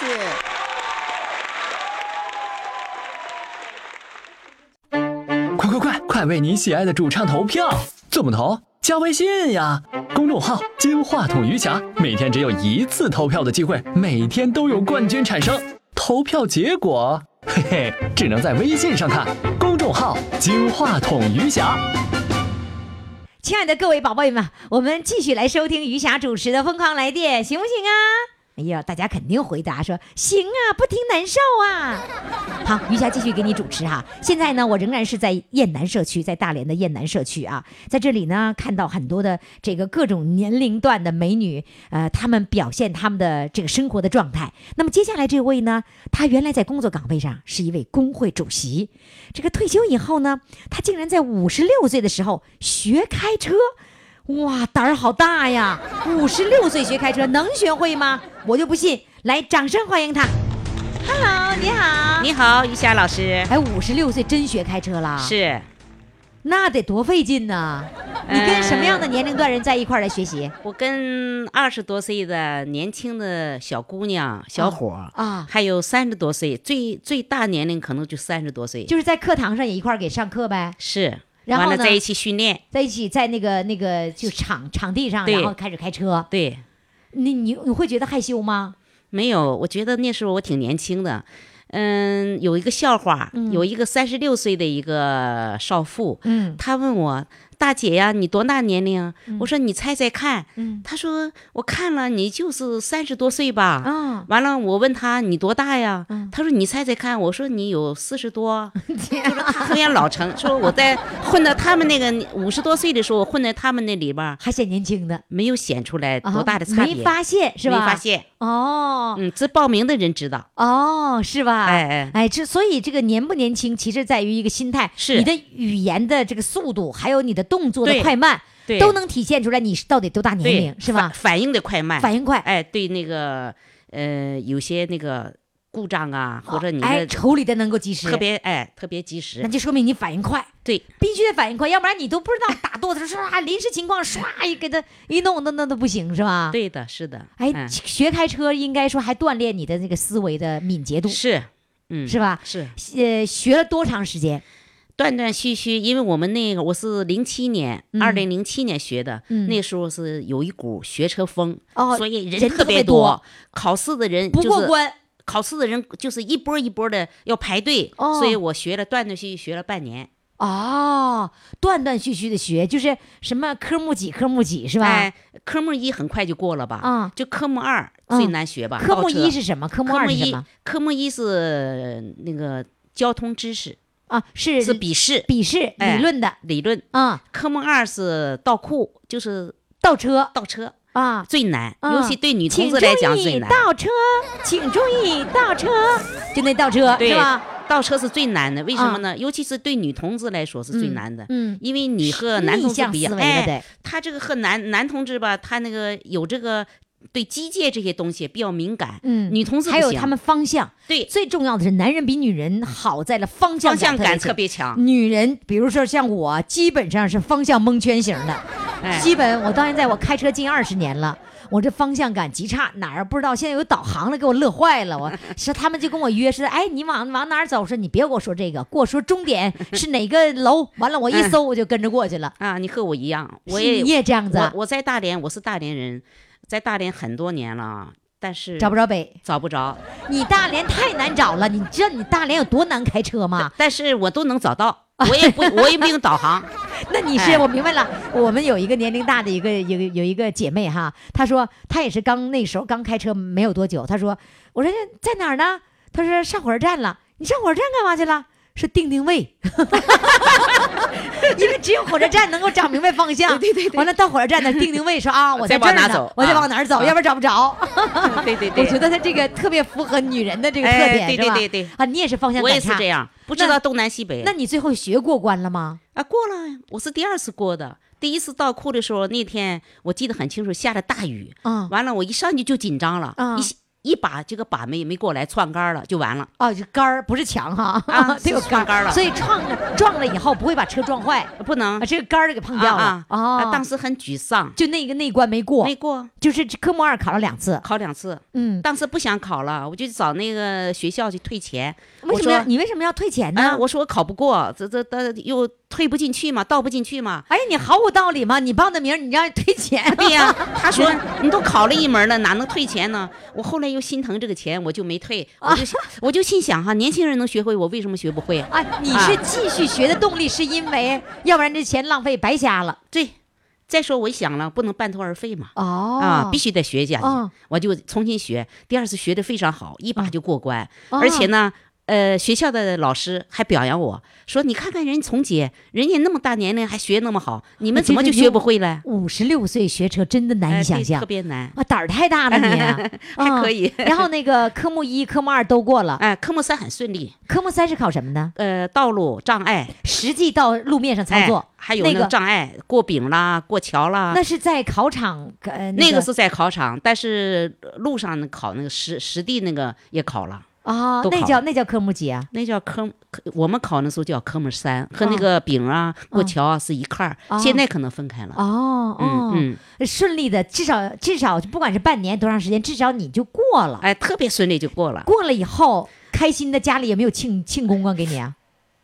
[SPEAKER 1] 快快快，快为你喜爱的主唱投票！怎么投？加微信呀，公众号“金话筒余霞”，每天只有一次投票的机会，每天都有冠军产生。投票结果，嘿嘿，只能在微信上看。公众号“金话筒余霞”。
[SPEAKER 3] 亲爱的各位宝贝们，我们继续来收听余霞主持的《疯狂来电》，行不行啊？哎哎呀，大家肯定回答说行啊，不听难受啊。好，余霞继续给你主持哈。现在呢，我仍然是在雁南社区，在大连的雁南社区啊，在这里呢看到很多的这个各种年龄段的美女，呃，她们表现她们的这个生活的状态。那么接下来这位呢，她原来在工作岗位上是一位工会主席，这个退休以后呢，她竟然在五十六岁的时候学开车。哇，胆儿好大呀！五十六岁学开车，能学会吗？我就不信！来，掌声欢迎她。Hello，你好。
[SPEAKER 5] 你好，于霞老师，
[SPEAKER 3] 哎，五十六岁真学开车了，
[SPEAKER 5] 是
[SPEAKER 3] 那得多费劲呐、
[SPEAKER 5] 哎
[SPEAKER 3] 你跟什么样的年龄段人在一块儿来学习
[SPEAKER 5] 我跟二十多岁的年轻的小姑娘、小伙儿
[SPEAKER 3] 啊？
[SPEAKER 5] 还有三十多岁，最最大年龄可能就三十多岁，
[SPEAKER 3] 就是在课堂上也一块儿给上课呗，
[SPEAKER 5] 是。
[SPEAKER 3] 然后
[SPEAKER 5] 完
[SPEAKER 3] 呢
[SPEAKER 5] 了在一起训练，
[SPEAKER 3] 在一起在那个那个就场场地上，
[SPEAKER 5] 对
[SPEAKER 3] 然后开始开车。
[SPEAKER 5] 对，
[SPEAKER 3] 你你你会觉得害羞吗？
[SPEAKER 5] 没有，我觉得那时候我挺年轻的。嗯，有一个笑话，有一个三十六岁的一个少妇，
[SPEAKER 3] 嗯
[SPEAKER 5] 她问我大姐呀，你多大年龄啊？我说你猜猜看。
[SPEAKER 3] 嗯
[SPEAKER 5] 她说我看了你就是三十多岁吧。
[SPEAKER 3] 啊，
[SPEAKER 5] 完了，我问他你多大呀？
[SPEAKER 3] 嗯
[SPEAKER 5] 他说你猜猜看，我说你有四十 多，
[SPEAKER 3] 啊
[SPEAKER 5] 就是他像老成，说我在混到他们那个五十多岁的时候，我混在他们那里边儿，
[SPEAKER 3] 还显年轻的，
[SPEAKER 5] 没有显出来
[SPEAKER 3] 啊
[SPEAKER 5] 多大的差别，
[SPEAKER 3] 没发现是吧？
[SPEAKER 5] 没发现，
[SPEAKER 3] 哦。
[SPEAKER 5] 嗯，这报名的人知道，
[SPEAKER 3] 哦，是吧？
[SPEAKER 5] 哎哎
[SPEAKER 3] 哎，这所以这个年不年轻，其实在于一个心态，
[SPEAKER 5] 是
[SPEAKER 3] 你的语言的这个速度，还有你的动作的
[SPEAKER 5] 对
[SPEAKER 3] 快慢，
[SPEAKER 5] 对
[SPEAKER 3] 都能体现出来你是到底多大年
[SPEAKER 5] 对
[SPEAKER 3] 龄，是吧
[SPEAKER 5] 反？反应的快慢，
[SPEAKER 3] 反应快，
[SPEAKER 5] 哎，对那个呃，有些那个故障啊，或者你
[SPEAKER 3] 哎
[SPEAKER 5] 的
[SPEAKER 3] 处理的能够及时，
[SPEAKER 5] 特别哎特别及时
[SPEAKER 3] 那，就说明你反应快，
[SPEAKER 5] 对，
[SPEAKER 3] 必须得反应快，要不然你都不知道打舵的时候啊，临时情况唰一给他一弄，那那都不行，是吧？。
[SPEAKER 5] 对的，是的，
[SPEAKER 3] 哎，
[SPEAKER 5] 嗯
[SPEAKER 3] 学开车应该说还锻炼你的那个思维的敏捷度，
[SPEAKER 5] 是，嗯，
[SPEAKER 3] 是吧？
[SPEAKER 5] 是。
[SPEAKER 3] 呃，学了多长时间？
[SPEAKER 5] 断断续续，因为我们那个我是零七年，
[SPEAKER 3] 嗯
[SPEAKER 5] 二零零七年学的，
[SPEAKER 3] 嗯
[SPEAKER 5] 那时候是有一股学车风，
[SPEAKER 3] 哦
[SPEAKER 5] 所以人
[SPEAKER 3] 人
[SPEAKER 5] 特
[SPEAKER 3] 特别
[SPEAKER 5] 别
[SPEAKER 3] 多
[SPEAKER 5] 考试的人、
[SPEAKER 3] 不
[SPEAKER 5] 就是、
[SPEAKER 3] 过关，
[SPEAKER 5] 考试的人就是一波一波的要排队，
[SPEAKER 3] 哦
[SPEAKER 5] 所以我学了断断续续学了半年，
[SPEAKER 3] 哦，断断续续的学，就是什么科目几科目几是吧？
[SPEAKER 5] 哎，科目一很快就过了吧，
[SPEAKER 3] 嗯
[SPEAKER 5] 就科目二
[SPEAKER 3] 嗯
[SPEAKER 5] 最难学吧，
[SPEAKER 3] 科目
[SPEAKER 5] 倒车
[SPEAKER 3] 一是什么？科目
[SPEAKER 5] 科
[SPEAKER 3] 二
[SPEAKER 5] 目
[SPEAKER 3] 是什
[SPEAKER 5] 一
[SPEAKER 3] 么？，
[SPEAKER 5] 科目一是呃那个交通知识，
[SPEAKER 3] 啊，是
[SPEAKER 5] 是笔试
[SPEAKER 3] 笔试
[SPEAKER 5] 哎
[SPEAKER 3] 理论的
[SPEAKER 5] 理论，
[SPEAKER 3] 啊，
[SPEAKER 5] 科目二是倒库，就是
[SPEAKER 3] 倒车
[SPEAKER 5] 倒车。
[SPEAKER 3] 啊，
[SPEAKER 5] 最难，
[SPEAKER 3] 嗯
[SPEAKER 5] 尤其对女同
[SPEAKER 3] 请注
[SPEAKER 5] 志来讲最
[SPEAKER 3] 意
[SPEAKER 5] 难。
[SPEAKER 3] 倒车，请注意倒车，就那倒车
[SPEAKER 5] 对
[SPEAKER 3] 是吧？
[SPEAKER 5] 倒车是最难的，为什么呢？尤其是对女同志来说是最
[SPEAKER 3] 嗯
[SPEAKER 5] 难的，
[SPEAKER 3] 嗯，
[SPEAKER 5] 因为你和男
[SPEAKER 3] 逆
[SPEAKER 5] 同志
[SPEAKER 3] 向
[SPEAKER 5] 不一
[SPEAKER 3] 思
[SPEAKER 5] 样。
[SPEAKER 3] 维了
[SPEAKER 5] 哎，
[SPEAKER 3] 得，
[SPEAKER 5] 他这个和男男同志吧，他那个有这个对机械这些东西比较敏感，
[SPEAKER 3] 嗯
[SPEAKER 5] 女同志不
[SPEAKER 3] 还有
[SPEAKER 5] 行
[SPEAKER 3] 他们方向，
[SPEAKER 5] 对
[SPEAKER 3] 最重要的是男人比女人好在了方向
[SPEAKER 5] 方向感特
[SPEAKER 3] 强。
[SPEAKER 5] 别强。
[SPEAKER 3] 女人，比如说像我，基本上是方向蒙圈型的。
[SPEAKER 5] 哎
[SPEAKER 3] 基本我到现在我开车近二十年了，我这方向感极差，哪儿不知道。现在有导航了，给我乐坏了。我是他们就跟我约是，哎，你往往哪儿走？我说你别给我说这个，给我说终点是哪个楼。完了，我一搜我就跟着过去了。
[SPEAKER 5] 啊，你和我一样，我
[SPEAKER 3] 是
[SPEAKER 5] 也
[SPEAKER 3] 你也这样子啊
[SPEAKER 5] 我，我在大连，我是大连人，在大连很多年了啊，但是
[SPEAKER 3] 找不着啊北。
[SPEAKER 5] 找不着，
[SPEAKER 3] 你大连太难找了，你知道你大连有多难开车吗？
[SPEAKER 5] 但是我都能找到，我也不我也不用 导航，
[SPEAKER 3] 那你是
[SPEAKER 5] 哎
[SPEAKER 3] 我明白了。我们有一个年龄大的一个有个有一个姐妹哈，她说她也是刚那时候刚开车没有多久，她说我说在哪儿呢？她说上火车站了。你上火车站干嘛去了？是定定位， 因为只有火车站能够找明白方向。对对对。完了到火车站那儿定定位，说啊，我在
[SPEAKER 5] 再
[SPEAKER 3] 这
[SPEAKER 5] 往
[SPEAKER 3] 儿
[SPEAKER 5] 哪
[SPEAKER 3] 呢
[SPEAKER 5] 走，
[SPEAKER 3] 我再
[SPEAKER 5] 啊
[SPEAKER 3] 往哪儿走，要不然找不着。
[SPEAKER 5] 对 对
[SPEAKER 3] 我
[SPEAKER 5] 对，
[SPEAKER 3] 觉得她这个特别符合女人的这个特
[SPEAKER 5] 哎
[SPEAKER 3] 点，
[SPEAKER 5] 对
[SPEAKER 3] 是吧
[SPEAKER 5] 对对对
[SPEAKER 3] 啊，你也是方向
[SPEAKER 5] 我
[SPEAKER 3] 感
[SPEAKER 5] 也是
[SPEAKER 3] 差
[SPEAKER 5] 这。样，不知
[SPEAKER 3] 那
[SPEAKER 5] 道东南西北。
[SPEAKER 3] 那你最后学过关了吗？
[SPEAKER 5] 啊，过了呀，我是第二次过的。第一次到库的时候，那天我记得很清楚，下了大雨，
[SPEAKER 3] 啊
[SPEAKER 5] 完了我一上去就紧张了，
[SPEAKER 3] 啊
[SPEAKER 5] 一下一把这个把没没过来，窜杆了就完了。
[SPEAKER 3] 哦，就杆儿不是墙哈，
[SPEAKER 5] 啊
[SPEAKER 3] 得有
[SPEAKER 5] 是
[SPEAKER 3] 杆
[SPEAKER 5] 撞杆儿了
[SPEAKER 3] 所以撞了撞了以后不会把车撞坏，
[SPEAKER 5] 不能
[SPEAKER 3] 把这个杆儿给碰啊掉了
[SPEAKER 5] 啊啊
[SPEAKER 3] 哦
[SPEAKER 5] 啊当时很沮丧，
[SPEAKER 3] 就那个那关没过
[SPEAKER 5] 没，过，
[SPEAKER 3] 就是科目二考了两次，
[SPEAKER 5] 考两次。
[SPEAKER 3] 嗯，
[SPEAKER 5] 当时不想考了，我就找那个学校去退钱。
[SPEAKER 3] 为
[SPEAKER 5] 我
[SPEAKER 3] 什么要
[SPEAKER 5] 说
[SPEAKER 3] 你为什么要退钱呢
[SPEAKER 5] 啊，？我说我考不过，这这这又退不进去嘛，倒不进去嘛。
[SPEAKER 3] 哎，你毫无道理嘛！你报的名儿，你让人退钱，
[SPEAKER 5] 对哎 呀、他说你都考了一门了，哪能退钱呢？我后来又心疼这个钱，我就没退，
[SPEAKER 3] 啊
[SPEAKER 5] 我就、我就心想哈，年轻人能学会，我为什么学不会？啊
[SPEAKER 3] 啊，你是继续学的动力，是因为要不然这钱浪费白瞎了。
[SPEAKER 5] 对，再说我想了，不能半途而废嘛。
[SPEAKER 3] 哦
[SPEAKER 5] 啊，必须得学下去，
[SPEAKER 3] 哦
[SPEAKER 5] 我就重新学。第二次学的非常好，一把就过关，
[SPEAKER 3] 哦
[SPEAKER 5] 而且呢，呃，学校的老师还表扬我说：“你看看人从姐，人家那么大年龄还学那么好，你们怎么就学不会了
[SPEAKER 3] 五十六岁学车真的？”难
[SPEAKER 5] 哎
[SPEAKER 3] 以想
[SPEAKER 5] 对
[SPEAKER 3] 象哦
[SPEAKER 5] 特，别难。
[SPEAKER 3] 啊，胆儿太大了你， 还
[SPEAKER 5] 可以
[SPEAKER 3] 然后那个科目一、科目二都过了，
[SPEAKER 5] 哎，科目三很顺利，
[SPEAKER 3] 科目三是考什么呢？
[SPEAKER 5] 呃，道路障碍
[SPEAKER 3] 实际到路面上操
[SPEAKER 5] 哎
[SPEAKER 3] 作，
[SPEAKER 5] 还有
[SPEAKER 3] 那
[SPEAKER 5] 那个
[SPEAKER 3] 个
[SPEAKER 5] 障碍，过饼啦，过桥啦。
[SPEAKER 3] 那是在考场呃
[SPEAKER 5] 那
[SPEAKER 3] 个
[SPEAKER 5] 个是在考场，但是呃路上考那个实实地那个也考了，
[SPEAKER 3] 啊，
[SPEAKER 5] 都
[SPEAKER 3] 那
[SPEAKER 5] 考
[SPEAKER 3] 叫那叫科目几啊？
[SPEAKER 5] 那叫科目科我们考那时候叫科目三，和那
[SPEAKER 3] 啊
[SPEAKER 5] 个饼啊、过
[SPEAKER 3] 啊
[SPEAKER 5] 桥啊是一块儿，
[SPEAKER 3] 啊
[SPEAKER 5] 现在可能分开了。
[SPEAKER 3] 哦哦，
[SPEAKER 5] 嗯
[SPEAKER 3] 顺利的，至少至少不管是半年多长时间，至少你就过了
[SPEAKER 5] 嗯，。哎，特别顺利就过了。
[SPEAKER 3] 过了以后，开心的家里有没有庆庆功啊？给你啊？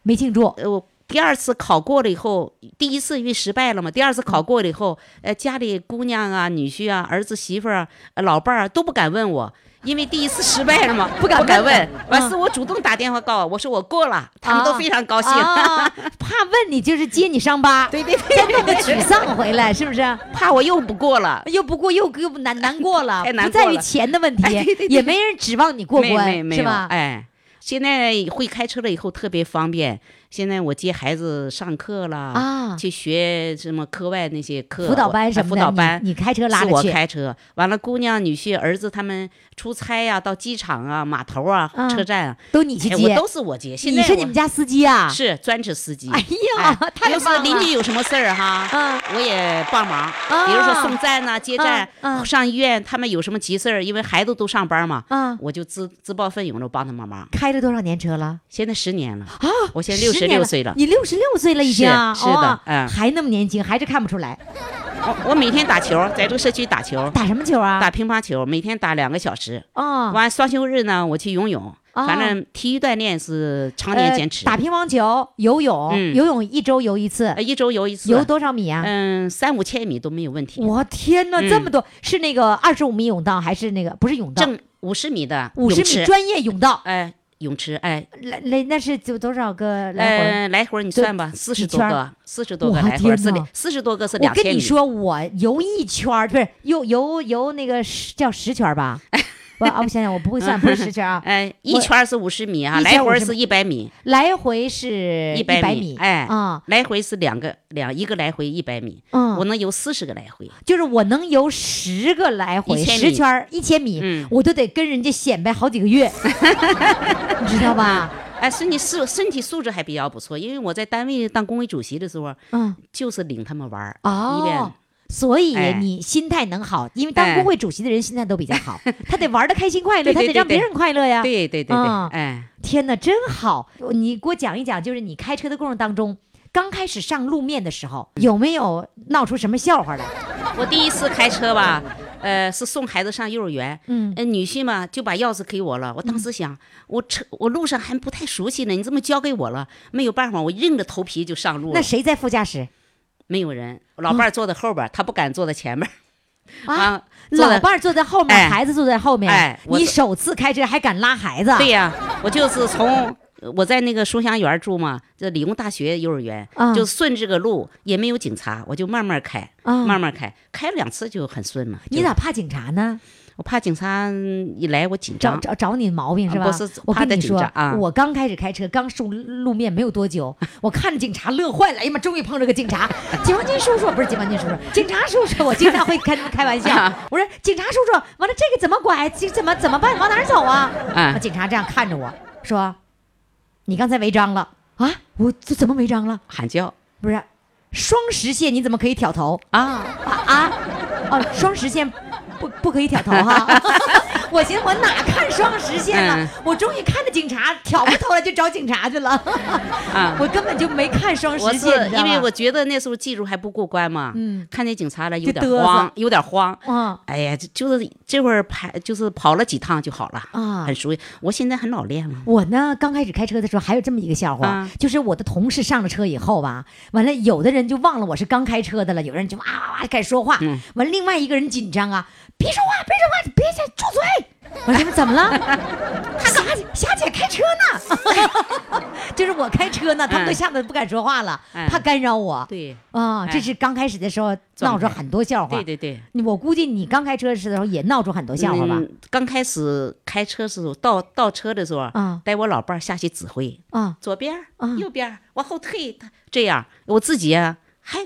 [SPEAKER 3] 没庆祝
[SPEAKER 5] 呃，我第二次考过了以后，第一次因为失败了嘛，第二次考过了以后，呃，家里姑娘啊、女婿啊、儿子媳妇儿啊、呃老伴儿啊都不敢问我。因为第一次失败了嘛，不
[SPEAKER 3] 敢
[SPEAKER 5] 不敢
[SPEAKER 3] 问
[SPEAKER 5] 问，完
[SPEAKER 3] 嗯
[SPEAKER 5] 是我主动打电话告我，我说我过了，他们都
[SPEAKER 3] 啊
[SPEAKER 5] 非常高兴。
[SPEAKER 3] 啊， 怕问你就是揭你伤疤，对对对，再弄个沮丧回来，是不是？
[SPEAKER 5] 怕我又不过了，
[SPEAKER 3] 又不过又又难难过了，
[SPEAKER 5] 哎太难
[SPEAKER 3] 不在
[SPEAKER 5] 过
[SPEAKER 3] 于
[SPEAKER 5] 了
[SPEAKER 3] 钱的问题，
[SPEAKER 5] 哎对对对
[SPEAKER 3] 也没人指望你 过
[SPEAKER 5] 没没
[SPEAKER 3] 关，
[SPEAKER 5] 没
[SPEAKER 3] 是
[SPEAKER 5] 有
[SPEAKER 3] 吧？
[SPEAKER 5] 哎，现在会开车了以后特别方便。现在我接孩子上课了
[SPEAKER 3] 啊
[SPEAKER 5] 去学什么课外那些课，
[SPEAKER 3] 辅导
[SPEAKER 5] 我
[SPEAKER 3] 班
[SPEAKER 5] 哎
[SPEAKER 3] 什么的，
[SPEAKER 5] 辅导班
[SPEAKER 3] 你你开车拉
[SPEAKER 5] 是
[SPEAKER 3] 着
[SPEAKER 5] 我
[SPEAKER 3] 去，
[SPEAKER 5] 开车，完了姑娘、女婿、儿子他们出差呀、到机场啊、码头啊、
[SPEAKER 3] 啊
[SPEAKER 5] 车站啊，
[SPEAKER 3] 都你去
[SPEAKER 5] 哎，
[SPEAKER 3] 接，
[SPEAKER 5] 我都是我接。现
[SPEAKER 3] 你
[SPEAKER 5] 在
[SPEAKER 3] 是
[SPEAKER 5] 我
[SPEAKER 3] 你们家司机啊？
[SPEAKER 5] 是专职司机。
[SPEAKER 3] 哎呀，太
[SPEAKER 5] 要
[SPEAKER 3] 棒
[SPEAKER 5] 是
[SPEAKER 3] 了！
[SPEAKER 5] 邻居有什么事儿哈，
[SPEAKER 3] 嗯
[SPEAKER 5] 我也帮忙，比如说送站呐、接站、
[SPEAKER 3] 嗯嗯
[SPEAKER 5] 上医院，他们有什么急事儿，因为孩子都上班嘛，
[SPEAKER 3] 啊，
[SPEAKER 5] 我就自自报奋勇的帮他们忙。
[SPEAKER 3] 开了多少年车了？
[SPEAKER 5] 现在十年了啊，我现在六
[SPEAKER 3] 10
[SPEAKER 5] 十
[SPEAKER 3] 年
[SPEAKER 5] 六岁了。
[SPEAKER 3] 你六十六岁了已经啊，
[SPEAKER 5] 是是的
[SPEAKER 3] 哇
[SPEAKER 5] 嗯
[SPEAKER 3] 还那么年轻，还是看不出来。
[SPEAKER 5] 我我每天打球，在这个社区打球，
[SPEAKER 3] 打什么球啊？
[SPEAKER 5] 打乒乓球，每天打两个小时。
[SPEAKER 3] 啊，
[SPEAKER 5] 完双休日呢，我去游泳。
[SPEAKER 3] 哦
[SPEAKER 5] 反正体育锻炼是常
[SPEAKER 3] 呃
[SPEAKER 5] 年坚持，
[SPEAKER 3] 打乒乓球、游泳，
[SPEAKER 5] 嗯
[SPEAKER 3] 游泳一周游一次
[SPEAKER 5] 呃，一周游一次，
[SPEAKER 3] 游多少米啊？
[SPEAKER 5] 嗯三五千米都没有问题。
[SPEAKER 3] 我天哪，
[SPEAKER 5] 嗯
[SPEAKER 3] 这么多！是那个二十五米泳道还是那个不是泳道？
[SPEAKER 5] 正五十米的
[SPEAKER 3] 五十
[SPEAKER 5] 泳
[SPEAKER 3] 米
[SPEAKER 5] 池，
[SPEAKER 3] 专业泳道，
[SPEAKER 5] 哎，泳池，哎，
[SPEAKER 3] 来来那是就多少个来回？
[SPEAKER 5] 呃，来回你
[SPEAKER 3] 就
[SPEAKER 5] 算吧，四十
[SPEAKER 3] 几
[SPEAKER 5] 多
[SPEAKER 3] 圈儿
[SPEAKER 5] 个，四十多
[SPEAKER 3] 我
[SPEAKER 5] 个来回
[SPEAKER 3] 天
[SPEAKER 5] 是
[SPEAKER 3] 哪
[SPEAKER 5] 两四十多个是
[SPEAKER 3] 我
[SPEAKER 5] 两
[SPEAKER 3] 跟
[SPEAKER 5] 千
[SPEAKER 3] 你
[SPEAKER 5] 米。
[SPEAKER 3] 说，我游一圈儿，不是游游游那个十叫十圈儿吧？我啊，我想想，我不会算，不是十圈 儿啊，
[SPEAKER 5] 哎，一
[SPEAKER 3] 我
[SPEAKER 5] 圈儿是五十米啊，
[SPEAKER 3] 一
[SPEAKER 5] 来
[SPEAKER 3] 圈
[SPEAKER 5] 回
[SPEAKER 3] 50
[SPEAKER 5] 是
[SPEAKER 3] 米
[SPEAKER 5] 一百米，
[SPEAKER 3] 来回是
[SPEAKER 5] 一
[SPEAKER 3] 百
[SPEAKER 5] 米，哎，
[SPEAKER 3] 啊，
[SPEAKER 5] 来回是两个两一个来回一百米，
[SPEAKER 3] 嗯
[SPEAKER 5] 我能游四十个来回，
[SPEAKER 3] 就是我能游十个来回，
[SPEAKER 5] 1000
[SPEAKER 3] 十
[SPEAKER 5] 米
[SPEAKER 3] 圈儿一千米，
[SPEAKER 5] 嗯
[SPEAKER 3] 我都得跟人家显摆好几个 月，你知道吧？
[SPEAKER 5] 哎，身体素身体素质还比较不错，因为我在单位当工委主席的时候，
[SPEAKER 3] 嗯，
[SPEAKER 5] 就是领他们玩儿， 一
[SPEAKER 3] 哦
[SPEAKER 5] 边。
[SPEAKER 3] 所以
[SPEAKER 5] 哎
[SPEAKER 3] 你心态能好，因为当
[SPEAKER 5] 哎
[SPEAKER 3] 工会主席的人心态都比较 好，他得玩的开心快乐，
[SPEAKER 5] 对
[SPEAKER 3] 他
[SPEAKER 5] 对
[SPEAKER 3] 得让
[SPEAKER 5] 对
[SPEAKER 3] 别人快乐呀。
[SPEAKER 5] 对对对
[SPEAKER 3] 啊
[SPEAKER 5] 对，哎，
[SPEAKER 3] 天哪，真好！你给我讲一讲，就是你开车的过程当中，刚开始上路面的时候，有没有闹出什么笑话来？
[SPEAKER 5] 我第一次开车吧，呃，是送孩子上幼儿园，
[SPEAKER 3] 嗯
[SPEAKER 5] 呃，女婿嘛就把钥匙给我了，我当时想，我车我路上还不太熟悉呢，你这么交给我了，没有办法，我硬着头皮就上路
[SPEAKER 3] 那
[SPEAKER 5] 了，
[SPEAKER 3] 谁在副驾驶？
[SPEAKER 5] 没有人，老伴儿坐在后边儿，他不敢坐在前边
[SPEAKER 3] 啊，
[SPEAKER 5] 儿，啊，坐
[SPEAKER 3] 老
[SPEAKER 5] 在
[SPEAKER 3] 伴儿坐在后面，
[SPEAKER 5] 哎
[SPEAKER 3] 孩子坐在后面。
[SPEAKER 5] 哎我
[SPEAKER 3] 你首次开车还敢拉孩子？
[SPEAKER 5] 啊对呀、我就是从我在那个书香园住嘛，这理工大学幼儿园，
[SPEAKER 3] 啊
[SPEAKER 5] 就顺这个路也没有警察，我就慢慢开，
[SPEAKER 3] 啊
[SPEAKER 5] 慢慢开，开了两次就很顺嘛。
[SPEAKER 3] 你
[SPEAKER 5] 就
[SPEAKER 3] 咋？怕警察呢？
[SPEAKER 5] 我怕警察一来我紧
[SPEAKER 3] 找
[SPEAKER 5] 张。
[SPEAKER 3] 找找你毛病是吧？
[SPEAKER 5] 啊啊不是
[SPEAKER 3] 我
[SPEAKER 5] 怕
[SPEAKER 3] 跟
[SPEAKER 5] 得
[SPEAKER 3] 你说
[SPEAKER 5] 紧张啊
[SPEAKER 3] 我刚开始开车，刚上路面没有多久，我看着警察乐坏了。哎呀妈，终于碰着个警察！解放军叔叔不是解放军叔叔，警察叔叔，我经常会跟他们开玩笑。
[SPEAKER 5] 啊
[SPEAKER 3] 我说警察叔叔，完了这个怎么拐？这怎么怎么办？往哪儿走啊？
[SPEAKER 5] 啊
[SPEAKER 3] 警察这样看着我说：“你刚才违章了啊！我这怎么违章了？
[SPEAKER 5] 喊叫
[SPEAKER 3] 不是双实线，你怎么可以挑头？
[SPEAKER 5] 啊！
[SPEAKER 3] 啊啊！哦，双实线不不可以挑头 哈。我寻思我哪看双实线了？
[SPEAKER 5] 嗯
[SPEAKER 3] 我终于看着警察挑过头来就找警察去了。 我根本就没看双
[SPEAKER 5] 啊我
[SPEAKER 3] 实
[SPEAKER 5] 是
[SPEAKER 3] 线，你知道
[SPEAKER 5] 因为
[SPEAKER 3] 吧
[SPEAKER 5] 我觉得那时候技术还不过关嘛，
[SPEAKER 3] 嗯
[SPEAKER 5] 看见警察来有
[SPEAKER 3] 就
[SPEAKER 5] 点
[SPEAKER 3] 嘚瑟
[SPEAKER 5] 慌，有点慌。
[SPEAKER 3] 嗯
[SPEAKER 5] 哎呀，就就是这会儿拍，就是跑了几趟就好了
[SPEAKER 3] 啊
[SPEAKER 5] 很熟悉。我现在很老练了，
[SPEAKER 3] 我呢，刚开始开车的时候还有这么一个笑话，
[SPEAKER 5] 啊
[SPEAKER 3] 就是我的同事上了车以后吧，完了有的人就忘了我是刚开车的了，有人就哇哇哇开始说话，
[SPEAKER 5] 嗯
[SPEAKER 3] 完了另外一个人 紧张啊，别说话，别说话，别去住嘴！我说你们怎么了？他干啥去？霞姐开车呢， 就是我开车呢，他们都吓得不敢说话了，
[SPEAKER 5] 嗯
[SPEAKER 3] 怕干扰我。
[SPEAKER 5] 哎对
[SPEAKER 3] 啊，这
[SPEAKER 5] 哎
[SPEAKER 3] 是刚开始的时候闹
[SPEAKER 5] 状
[SPEAKER 3] 出
[SPEAKER 5] 态
[SPEAKER 3] 很多笑话。
[SPEAKER 5] 对对对，
[SPEAKER 3] 你我估计你刚开车的时候也闹出很多笑话吧？
[SPEAKER 5] 嗯刚开始开车时候，倒倒车的时候，
[SPEAKER 3] 啊
[SPEAKER 5] 带我老伴儿下去指挥，
[SPEAKER 3] 啊
[SPEAKER 5] 左边儿、
[SPEAKER 3] 啊
[SPEAKER 5] 右边儿往后退，他这样我自己啊还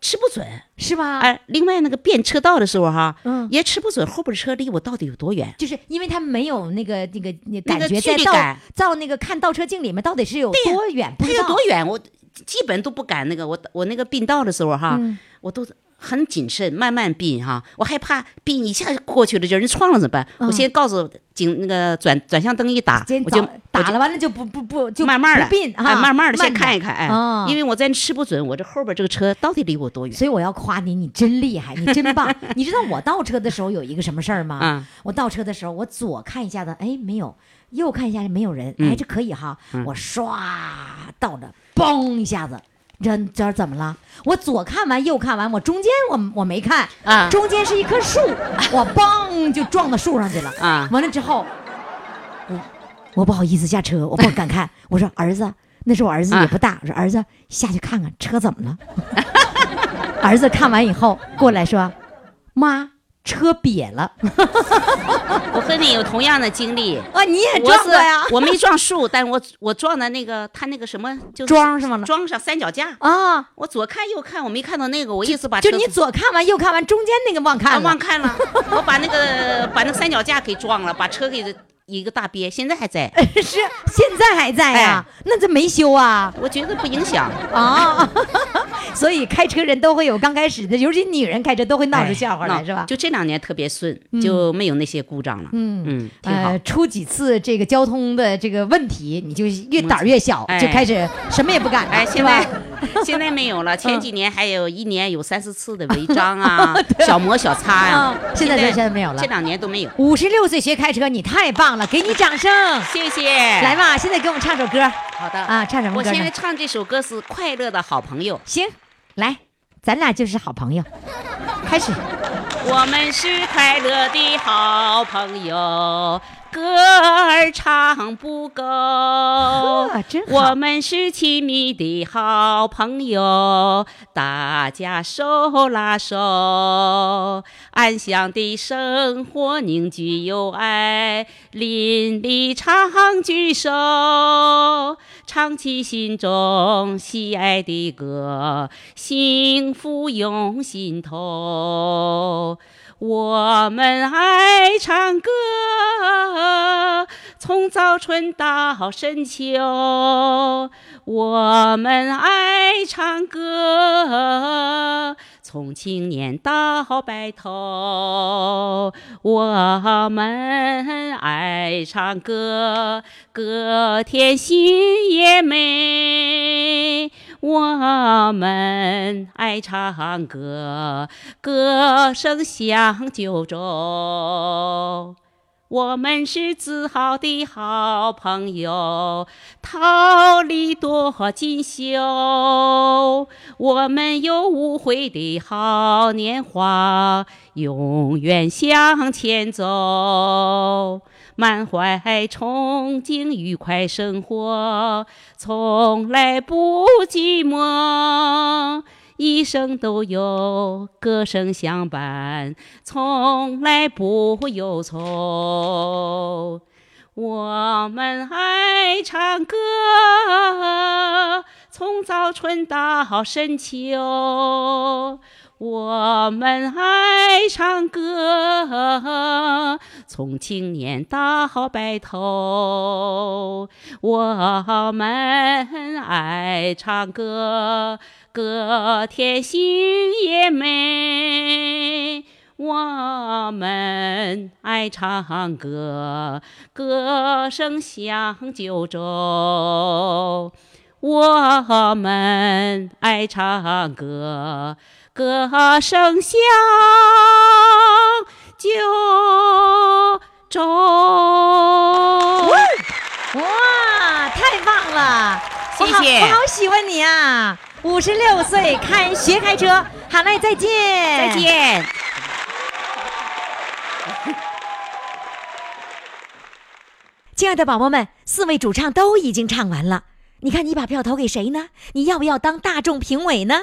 [SPEAKER 5] 吃不准。
[SPEAKER 3] 是吧？
[SPEAKER 5] 哎，另外那个变车道的时候哈，
[SPEAKER 3] 嗯
[SPEAKER 5] 也吃不准后边车离我到底有多远。
[SPEAKER 3] 就是因为他没有那个那个那感
[SPEAKER 5] 个
[SPEAKER 3] 觉
[SPEAKER 5] 距
[SPEAKER 3] 在
[SPEAKER 5] 离
[SPEAKER 3] 倒
[SPEAKER 5] 感
[SPEAKER 3] 照那个看倒车镜里面到底是有多远，不
[SPEAKER 5] 它
[SPEAKER 3] 知
[SPEAKER 5] 有
[SPEAKER 3] 道
[SPEAKER 5] 多远，我基本都不敢那个。我我那个并道的时候哈，
[SPEAKER 3] 嗯
[SPEAKER 5] 我都很谨慎，慢慢并哈。我害怕并一下就过去了，就人撞了怎么办？
[SPEAKER 3] 嗯
[SPEAKER 5] 我先告诉警那个转转向灯一打
[SPEAKER 3] 先，
[SPEAKER 5] 我
[SPEAKER 3] 找
[SPEAKER 5] 就
[SPEAKER 3] 打了，完了就不不不就
[SPEAKER 5] 慢慢
[SPEAKER 3] 不
[SPEAKER 5] 的
[SPEAKER 3] 并
[SPEAKER 5] 哎
[SPEAKER 3] 啊，
[SPEAKER 5] 慢慢的先
[SPEAKER 3] 慢
[SPEAKER 5] 看一看，哎，
[SPEAKER 3] 啊
[SPEAKER 5] 因为我真吃不准我这后边这个车到底离我多远。
[SPEAKER 3] 所以我要夸你，你真厉害，你真 棒。你知道我倒车的时候有一个什么事儿吗？
[SPEAKER 5] 嗯
[SPEAKER 3] 我倒车的时候，我左看一下子，哎，没有；右看一下子，没有人，
[SPEAKER 5] 嗯
[SPEAKER 3] 哎，这可以哈。我唰倒着，嘣一下子。这这怎么了？我左看完，右看完，我中间我我没看
[SPEAKER 5] 啊
[SPEAKER 3] 中间是一棵树，我嘣就撞到树上去了
[SPEAKER 5] 啊
[SPEAKER 3] 完了之后，我我不好意思下车，我不敢看。我说儿子，那时候我儿子也不大，我说儿子下去看看车怎么了。儿子看完以后过来说：“妈，车瘪了。
[SPEAKER 5] 我和你有同样的经历。”
[SPEAKER 3] 啊，你也
[SPEAKER 5] 我
[SPEAKER 3] 撞
[SPEAKER 5] 是
[SPEAKER 3] 过呀？
[SPEAKER 5] 我没撞树， 但我我撞的那个他那个什么，就是
[SPEAKER 3] 桩上了
[SPEAKER 5] 桩上三脚架。
[SPEAKER 3] 啊，
[SPEAKER 5] 我左看右看，我没看到那个，我一直把
[SPEAKER 3] 就
[SPEAKER 5] 车
[SPEAKER 3] 你左看完右看完，中间那个忘
[SPEAKER 5] 啊
[SPEAKER 3] 看了。
[SPEAKER 5] 忘看了，我把那个把那个三脚架给撞了，把车给一个大鳖，现在还在。
[SPEAKER 3] 是现在还在呀、那这没修啊
[SPEAKER 5] 我觉得不影响，
[SPEAKER 3] 啊！ 所以开车人都会有刚开始的，尤其女人开车都会闹出笑话来，
[SPEAKER 5] 哎闹
[SPEAKER 3] 是吧？
[SPEAKER 5] 就这两年特别顺，就没有那些故障了。
[SPEAKER 3] 嗯
[SPEAKER 5] 嗯，挺好
[SPEAKER 3] 呃，。出几次这个交通的这个问题，你就越胆儿越小，
[SPEAKER 5] 哎
[SPEAKER 3] 就开始什么也不干了，
[SPEAKER 5] 哎，
[SPEAKER 3] 是
[SPEAKER 5] 现
[SPEAKER 3] 吧
[SPEAKER 5] 在现在没有
[SPEAKER 3] 嗯
[SPEAKER 5] 了，前几年还有一年有三四次的违章 啊，小磨小擦呀
[SPEAKER 3] 啊，现在现在没有了
[SPEAKER 5] 这两年都没有。
[SPEAKER 3] 五十六岁学开车，你太棒了，给你掌声！
[SPEAKER 5] 谢谢，
[SPEAKER 3] 来吧，现在给我们唱首歌。
[SPEAKER 5] 好的
[SPEAKER 3] 啊唱什么
[SPEAKER 5] 我
[SPEAKER 3] 歌呢
[SPEAKER 5] 现在唱这首歌是《快乐的好朋友
[SPEAKER 3] 行，来，咱俩就是好朋友。开始，》，
[SPEAKER 5] 我们是快乐的好朋友，歌儿唱不够。
[SPEAKER 3] 呵真好
[SPEAKER 5] 哦我们是亲密的好朋友，大家手拉手，安详的生活凝聚友爱，邻里常聚首，唱起心中喜爱的歌，幸福涌心头。我们爱唱歌，从早春到深秋。我们爱唱歌，从青年到白头。我们爱唱歌，歌甜心也美。我们爱唱歌，歌声响九州。我们是自豪的好朋友，桃李多锦绣。我们有无悔的好年华，永远向前走。满怀憧憬，愉快生活，从来不寂寞。一生都有歌声相伴，从来不忧愁。我们爱唱歌，从早春到深秋。我们爱唱歌，从青年到白头。我们爱唱歌，歌甜心也美。我们爱唱歌，歌声响九州。我们爱唱歌，歌声响九州。
[SPEAKER 3] 哇，太棒了！我好
[SPEAKER 5] 谢谢
[SPEAKER 3] 我好喜欢你啊！五十六岁开学开车，好嘞，再见，
[SPEAKER 5] 再。见。
[SPEAKER 3] 亲爱的宝宝们，四位主唱都已经唱完了，你看你把票投给谁呢？你要不要当大众评委呢？